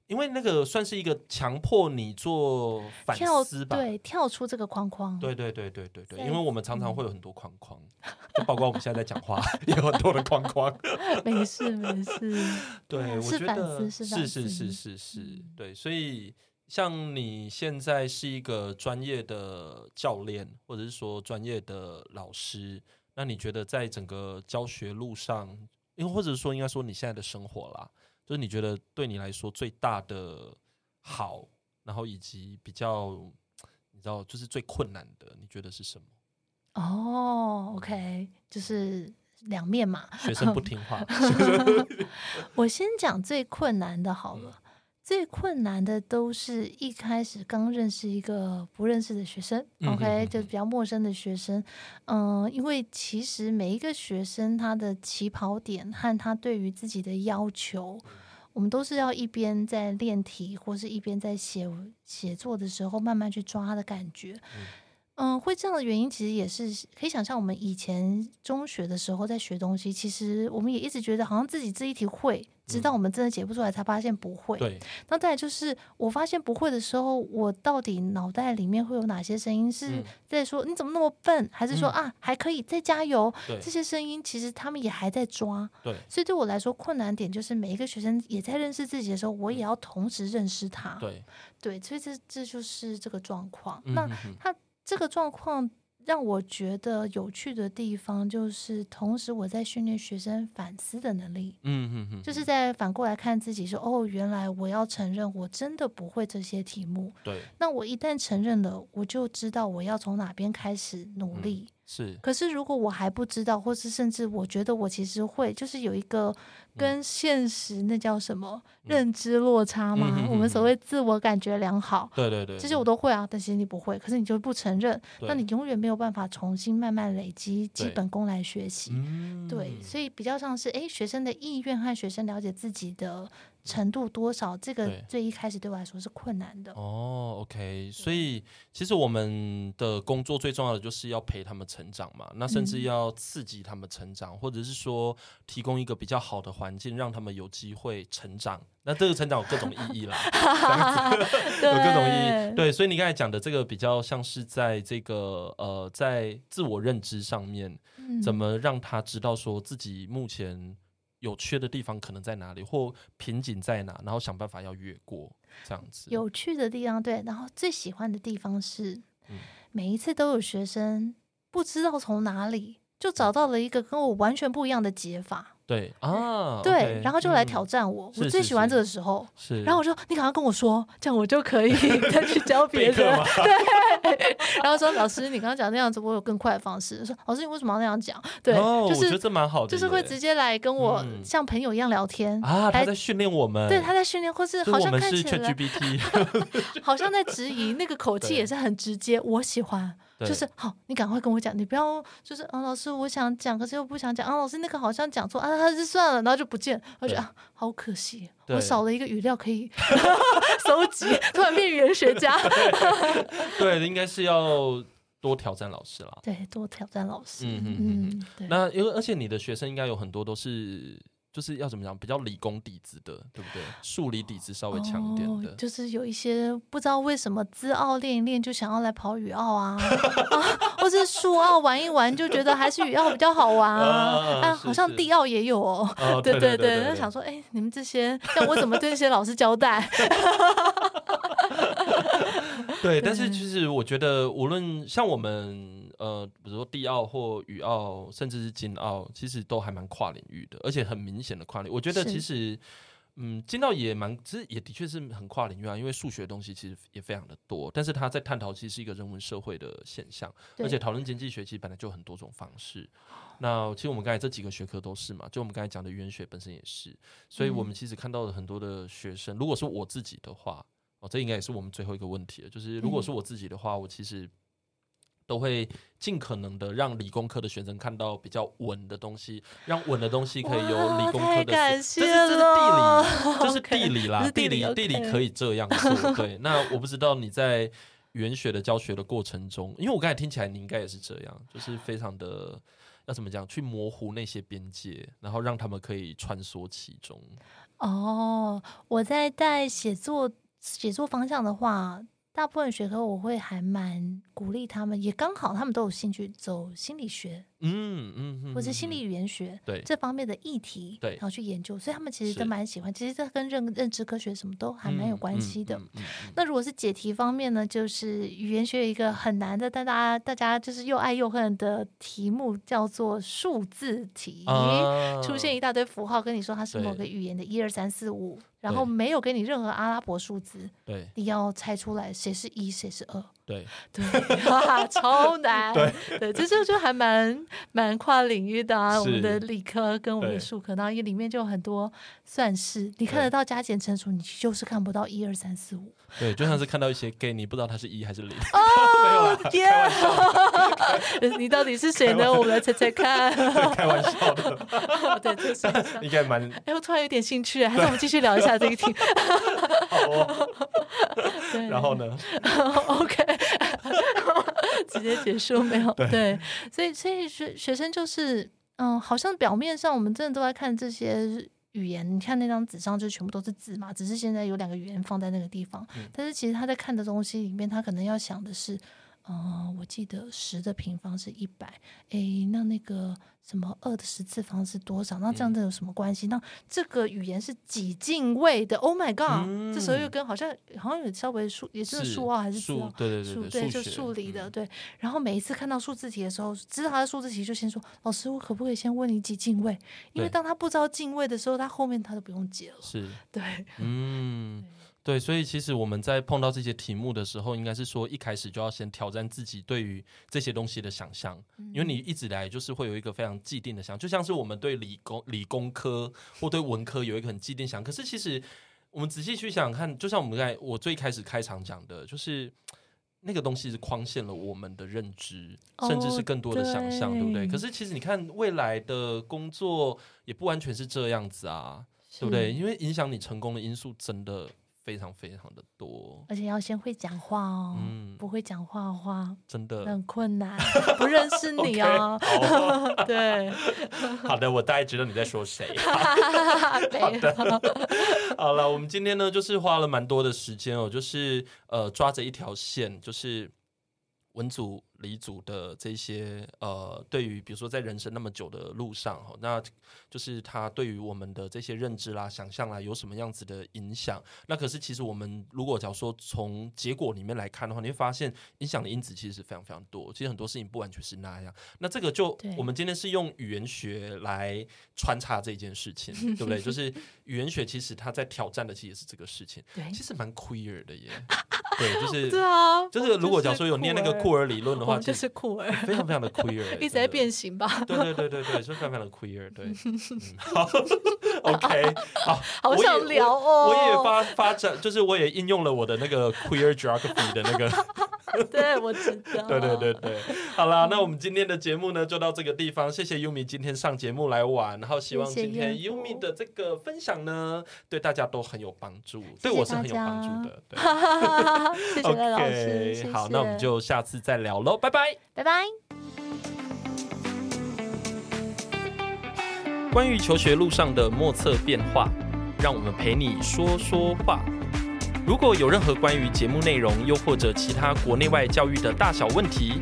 Speaker 1: 因为那个算是一个强迫你做反
Speaker 2: 跳
Speaker 1: 思吧。
Speaker 2: 对跳出这个框框。
Speaker 1: 对对对对对对，
Speaker 2: 在
Speaker 1: 因为我们常常会有很多框
Speaker 2: *laughs*
Speaker 1: 框，就包括我们现在在讲话 *laughs* 也有很多的框框。
Speaker 2: 没事没事。
Speaker 1: 对，
Speaker 2: 嗯
Speaker 1: 我
Speaker 2: 是
Speaker 1: 觉
Speaker 2: 反
Speaker 1: 得
Speaker 2: 思
Speaker 1: 是
Speaker 2: 是
Speaker 1: 是
Speaker 2: 反
Speaker 1: 是
Speaker 2: 思
Speaker 1: 是是
Speaker 2: 嗯，
Speaker 1: 对，所以像你现在是一个专业的教练，或者是说专业的老师，那你觉得在整个教学路上，因为或者说应该说你现在的生活啦，就是你觉得对你来说最大的好，然后以及比较你知道就是最困难的，你觉得是什么？
Speaker 2: 哦，OK，就是两面嘛。
Speaker 1: 学生不听
Speaker 2: *laughs*
Speaker 1: 话，
Speaker 2: 我先讲最困难的好
Speaker 1: 嗯
Speaker 2: 了。最困难的都是一开始刚认识一个不认识的学生、
Speaker 1: 嗯
Speaker 2: o
Speaker 1: 嗯
Speaker 2: k
Speaker 1: 嗯
Speaker 2: 就比较陌生的学生。嗯、因为其实每一个学生他的起跑点和他对于自己的要求，我们都是要一边在练题或是一边在写写作的时候慢慢去抓他的感觉。嗯、嗯，会这样的原因其实也是可以想象，我们以前中学的时候在学东西，其实我们也一直觉得好像自己这一题会，直到我们真的解不出来才发现不会。
Speaker 1: 嗯对，
Speaker 2: 那再来就是，我发现不会的时候，我到底脑袋里面会有哪些声音是
Speaker 1: 嗯
Speaker 2: 在说、你怎么那么笨，还是说、
Speaker 1: 嗯
Speaker 2: 啊还可以再加油？
Speaker 1: 对
Speaker 2: 这，些声音其实他们也还在抓，
Speaker 1: 对，
Speaker 2: 所以对我来说困难点就是每一个学生也在认识自己的时候，我也要同时认识他。
Speaker 1: 嗯对，
Speaker 2: 对，所以这这就是这个状况。
Speaker 1: 嗯
Speaker 2: 那
Speaker 1: 嗯嗯
Speaker 2: 这个状况让我觉得有趣的地方，就是同时我在训练学生反思的能力。
Speaker 1: 嗯嗯嗯，
Speaker 2: 就是在反过来看自己说，哦，原来我要承认我真的不会这些题目。
Speaker 1: 对，
Speaker 2: 那我一旦承认了，我就知道我要从哪边开始
Speaker 1: 嗯
Speaker 2: 努力。
Speaker 1: 是，
Speaker 2: 可是如果我还不知道，或是甚至我觉得我其实会，就是有一个跟现实那叫什么、
Speaker 1: 嗯
Speaker 2: 认知落差吗？
Speaker 1: 嗯哼哼
Speaker 2: 我们
Speaker 1: 哼
Speaker 2: 所谓自我感觉良好。
Speaker 1: 对对对，
Speaker 2: 这些我都会啊，但其实你不会，可是你就不承认，
Speaker 1: 对
Speaker 2: 那你永远没有办法重新慢慢累积基
Speaker 1: 对
Speaker 2: 本功来学习。
Speaker 1: 嗯
Speaker 2: 对，所以比较像是诶，学生的意愿和学生了解自己的程度多少，这个
Speaker 1: 嗯对
Speaker 2: 最一开始对我来说是困难的。
Speaker 1: 哦，OK，所以其实我们的工作最重要的就是要陪他们成长嘛，那甚至
Speaker 2: 嗯
Speaker 1: 要刺激他们成长，或者是说提供一个比较好的环境，让他们有机会成长。那这个成长有各种意
Speaker 2: *laughs*
Speaker 1: 义啦，这样子 *laughs* 有各种意义。对，所以你刚才讲的这个比较像是在这个呃，在自我认知上面，
Speaker 2: 嗯
Speaker 1: 怎么让他知道说自己目前有缺的地方可能在哪里，或瓶颈在哪，然后想办法要越过，这样子。
Speaker 2: 有趣的地方？对，然后最喜欢的地方是，
Speaker 1: 嗯
Speaker 2: 每一次都有学生不知道从哪里就
Speaker 1: 嗯
Speaker 2: 找到了一个跟我完全不一样的解法，
Speaker 1: 对啊，
Speaker 2: 对，然后就来挑
Speaker 1: 战，
Speaker 2: 战我。
Speaker 1: 是
Speaker 2: 我最
Speaker 1: 是
Speaker 2: 喜欢
Speaker 1: 是
Speaker 2: 这个时候。
Speaker 1: 是，
Speaker 2: 然后我说：“你赶快跟我说，这样我就可以 *laughs* 再去教别
Speaker 1: 备课
Speaker 2: 人”
Speaker 1: 吗。
Speaker 2: 对。然后说：“老师，你刚刚讲那样子，我有更快的方式。”说：“老师，你为什么要那样讲？”对，
Speaker 1: *laughs* 哦
Speaker 2: 就
Speaker 1: 我觉得
Speaker 2: 是
Speaker 1: 这蛮好的耶，
Speaker 2: 就是会直接来跟我
Speaker 1: 嗯
Speaker 2: 像朋友一样聊天
Speaker 1: 啊，他
Speaker 2: 还
Speaker 1: 在训练我们，
Speaker 2: 对，他在训练，或是
Speaker 1: 就是
Speaker 2: 好
Speaker 1: 我
Speaker 2: 像
Speaker 1: 们
Speaker 2: 看
Speaker 1: 是
Speaker 2: 起来 *laughs*
Speaker 1: ChatGPT，
Speaker 2: 好像在质疑，那个口气
Speaker 1: 对
Speaker 2: 也是很直接。我喜欢，
Speaker 1: 对
Speaker 2: 就是好，你赶快跟我讲，你不要就是啊，老师我想讲，可是又不想讲啊，老师那个好像讲错啊，他就算了，然后就不见，我觉得
Speaker 1: 对
Speaker 2: 啊，好可惜，
Speaker 1: 对
Speaker 2: 我少了一个语料可以 *laughs* 搜集，突然变语言学
Speaker 1: *laughs*
Speaker 2: 家。
Speaker 1: 对，应该是要多挑战老师啦。
Speaker 2: 对，多挑战老师，
Speaker 1: 嗯嗯嗯
Speaker 2: 嗯，对，
Speaker 1: *laughs* 那因为而且你的学生应该有很多都是。就是要怎么讲，比较理工底子的，对不对？数理底子稍微强一点的，
Speaker 2: 哦，就是有一些不知道为什么资奥练一练就想要来跑语奥
Speaker 1: *laughs*
Speaker 2: 啊，啊或是数奥玩一玩就觉得还是语奥比较好玩
Speaker 1: *laughs* 啊
Speaker 2: 啊，啊，
Speaker 1: 是
Speaker 2: 好像
Speaker 1: 是
Speaker 2: 地奥也有哦。
Speaker 1: *laughs* 哦
Speaker 2: *laughs* 对
Speaker 1: 对
Speaker 2: 对，
Speaker 1: 对，
Speaker 2: 那想说，哎、你们这些，让我怎么对这些老师交代？ *laughs*
Speaker 1: 对，但
Speaker 2: 嗯
Speaker 1: 是其实我觉得，无论像我们呃，比如说地奥或语奥，甚至是金奥，其实都还蛮跨领域的，而且很明显的跨领域。我觉得
Speaker 2: 是
Speaker 1: 其实，嗯，金奥也蛮，其实也的确是很跨领域啊，因为数学的东西其实也非常的多，但是他在探讨其实是一个人文社会的现象，而
Speaker 2: 对
Speaker 1: 且讨论经济学其实本来就有很多种方式。那其实我们刚才这几个学科都是嘛，就我们刚才讲的语言学本身也是，所以
Speaker 2: 嗯
Speaker 1: 我们其实看到了很多的学生，如果是我自己的话，哦，这应该也是我们最后一个问题了，就是如果
Speaker 2: 嗯
Speaker 1: 是我自己的话，我其实都会尽可能的让理工科的学生看到比较稳的东西，让稳的东西可以由理
Speaker 2: 哇
Speaker 1: 工
Speaker 2: 太
Speaker 1: 科的
Speaker 2: 感
Speaker 1: 思。
Speaker 2: 谢
Speaker 1: 这是这是地
Speaker 2: 了
Speaker 1: 理，这是
Speaker 2: *laughs* OK
Speaker 1: 地理
Speaker 2: 这
Speaker 1: 啦，
Speaker 2: 是地
Speaker 1: 地
Speaker 2: 理
Speaker 1: 理地理
Speaker 2: OK
Speaker 1: 可以这样做。对，那我不知道你在语言学的教学的过程中，因为我刚才听起来你应该也是这样，就是非常的要怎么讲，去模糊那些边界，然后让他们可以穿梭其中。
Speaker 2: 哦，我在带写作写作方向的话，大部分学科我会还蛮鼓励他们，也刚好他们都有兴趣走心理学
Speaker 1: 嗯嗯嗯，
Speaker 2: 或是
Speaker 1: 嗯
Speaker 2: 心
Speaker 1: 嗯
Speaker 2: 理语言学
Speaker 1: 对
Speaker 2: 这方面的议题，
Speaker 1: 对
Speaker 2: 然后去研究，所以他们其实
Speaker 1: 是
Speaker 2: 都蛮喜欢。其实这跟认认知科学什么都还蛮有
Speaker 1: 嗯
Speaker 2: 关
Speaker 1: 嗯
Speaker 2: 系的。
Speaker 1: 嗯嗯嗯
Speaker 2: 那如果是解题方面呢，就是语言学有一个很难的，但大家大家就是又爱又恨的题目，叫做数字题。
Speaker 1: 啊
Speaker 2: 出现一大堆符号，跟你说它是
Speaker 1: 对
Speaker 2: 某个语言的一二三四五，然后
Speaker 1: 对
Speaker 2: 没有给你任何阿拉伯数字，
Speaker 1: 对
Speaker 2: 你要猜出来谁是一，谁是二。
Speaker 1: 对
Speaker 2: *laughs* 对，哇超难。对，这就就还蛮蛮跨领域的啊。我们
Speaker 1: 是
Speaker 2: 的理科跟我们的
Speaker 1: 对
Speaker 2: 数科，然后也里面就有很多算式，你看
Speaker 1: 对
Speaker 2: 得到加减乘除，你就是看不到一二三四五。
Speaker 1: 对，就像是看到一些 gay，你不知道他是一还是零，
Speaker 2: 哦
Speaker 1: 没有啦，
Speaker 2: *laughs* 耶！你到底是谁呢？我们来猜猜看。
Speaker 1: 开玩笑的，
Speaker 2: 对，这是很像
Speaker 1: 应该蛮
Speaker 2: 哎，我突然有点兴趣，还是我们继续聊一下这个题。
Speaker 1: 好哦。
Speaker 2: *laughs* 对， *laughs*
Speaker 1: 然后呢？
Speaker 2: OK，直接结束没有？
Speaker 1: 对
Speaker 2: 对，所以所以学学生就是，嗯，好像表面上我们真的都在看这些语言，你看那张纸上就全部都是字嘛，只是现在有两个语言放在那个地方，
Speaker 1: 嗯
Speaker 2: 但是其实他在看的东西里面，他可能要想的是。嗯，我记得十的平方是一百，诶，那那个什么二的十次方是多少？那
Speaker 1: 嗯
Speaker 2: 这样子有什么关系？那这个语言是几进位的？Oh my god！、这时候
Speaker 1: 嗯
Speaker 2: 又跟好像好像有稍微数，也是数啊还是字
Speaker 1: 数
Speaker 2: 啊？？
Speaker 1: 对对对
Speaker 2: 数
Speaker 1: 对，
Speaker 2: 对，就
Speaker 1: 学
Speaker 2: 数理的、
Speaker 1: 嗯
Speaker 2: 对。然后每一次看到数字题的时候，知道他的数字题，就先说老师，我可不可以先问你几进位？因为
Speaker 1: 对
Speaker 2: 当他不知道进位的时候，他后面他都不用解了。
Speaker 1: 是
Speaker 2: 对，
Speaker 1: *laughs* 嗯，对，所以其实我们在碰到这些题目的时候，应该是说一开始就要先挑战自己对于这些东西的想象，因为你一直以来就是会有一个非常既定的想，就像是我们对理工理工科或对文科有一个很既定想，可是其实我们仔细去想想看，就像我们刚才我最开始开场讲的，就是。那个东西是框限了我们的认知，甚至
Speaker 2: 哦
Speaker 1: 是更多的想象，对不对？
Speaker 2: 对
Speaker 1: 可是其实你看，未来的工作也不完全是这样子啊。对不对？
Speaker 2: 是？
Speaker 1: 因为影响你成功的因素真的非常非常的多，
Speaker 2: 而且要先会讲话哦，
Speaker 1: 嗯
Speaker 2: 不会讲话的话
Speaker 1: 真的。
Speaker 2: 很困难，不认识你哦。 *laughs*
Speaker 1: *laughs*
Speaker 2: 对，
Speaker 1: 好的，我大概知道你在说谁。*laughs*
Speaker 2: 没有，
Speaker 1: 好了，我们今天呢，就是花了蛮多的时间哦，就是呃，抓着一条线，就是文组、理组的这些呃，对于比如说在人生那么久的路上哦，那就是他对于我们的这些认知啦、想象啦，有什么样子的影响？那可是其实我们如果假如说从结果里面来看的话，你会发现影响的因子其实是非常非常多。其实很多事情不完全是那样。那这个就
Speaker 2: 对
Speaker 1: 我们今天是用语言学来穿插这件事情，对不对？
Speaker 2: *laughs*
Speaker 1: 就是语言学其实它在挑战的其实是这个事情，
Speaker 2: 对
Speaker 1: 其实蛮 queer 的耶。对，
Speaker 2: *laughs*
Speaker 1: 就是
Speaker 2: 哎对啊，
Speaker 1: 就是如果假如说有念那个库
Speaker 2: 尔
Speaker 1: 尔理论的
Speaker 2: 我
Speaker 1: 话，
Speaker 2: 们
Speaker 1: 其
Speaker 2: 就
Speaker 1: 实
Speaker 2: 是酷
Speaker 1: *laughs*
Speaker 2: 儿，
Speaker 1: 非常非常的 queer，
Speaker 2: *laughs* 一直
Speaker 1: 真
Speaker 2: 在
Speaker 1: 的
Speaker 2: 变形吧，
Speaker 1: 对对对对对，就非常非常的 queer，对，
Speaker 2: *laughs*
Speaker 1: 嗯、好 *laughs* ，OK，好，
Speaker 2: 好
Speaker 1: 我也
Speaker 2: 想聊哦。
Speaker 1: 我也发发展，就是我也应用了我的那
Speaker 2: *laughs*
Speaker 1: 个 queer geography 的那个，
Speaker 2: 哦对，我知道。
Speaker 1: *laughs* 对对对对，好啦，那我们今天的节目呢就到这个地方，谢谢 Yumi 今天上节目来玩，然后希望
Speaker 2: 谢谢
Speaker 1: 今天
Speaker 2: 彦甫
Speaker 1: Yumi 的这个分享呢，对大家都很有帮助，对
Speaker 2: 谢谢
Speaker 1: 我是很有
Speaker 2: 大家
Speaker 1: 帮助的，对
Speaker 2: *laughs* 谢谢赖老师，
Speaker 1: ，OK，
Speaker 2: 谢谢
Speaker 1: 好，那我们就下次再聊喽，拜拜。
Speaker 2: 拜拜。
Speaker 1: 关于求学路上的莫测变化，让我们陪你说说话。如果有任何关于节目内容，又或者其他国内外教育的大小问题，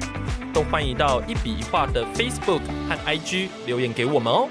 Speaker 1: 都欢迎到一笔一画的 Facebook 和 IG 留言给我们哦。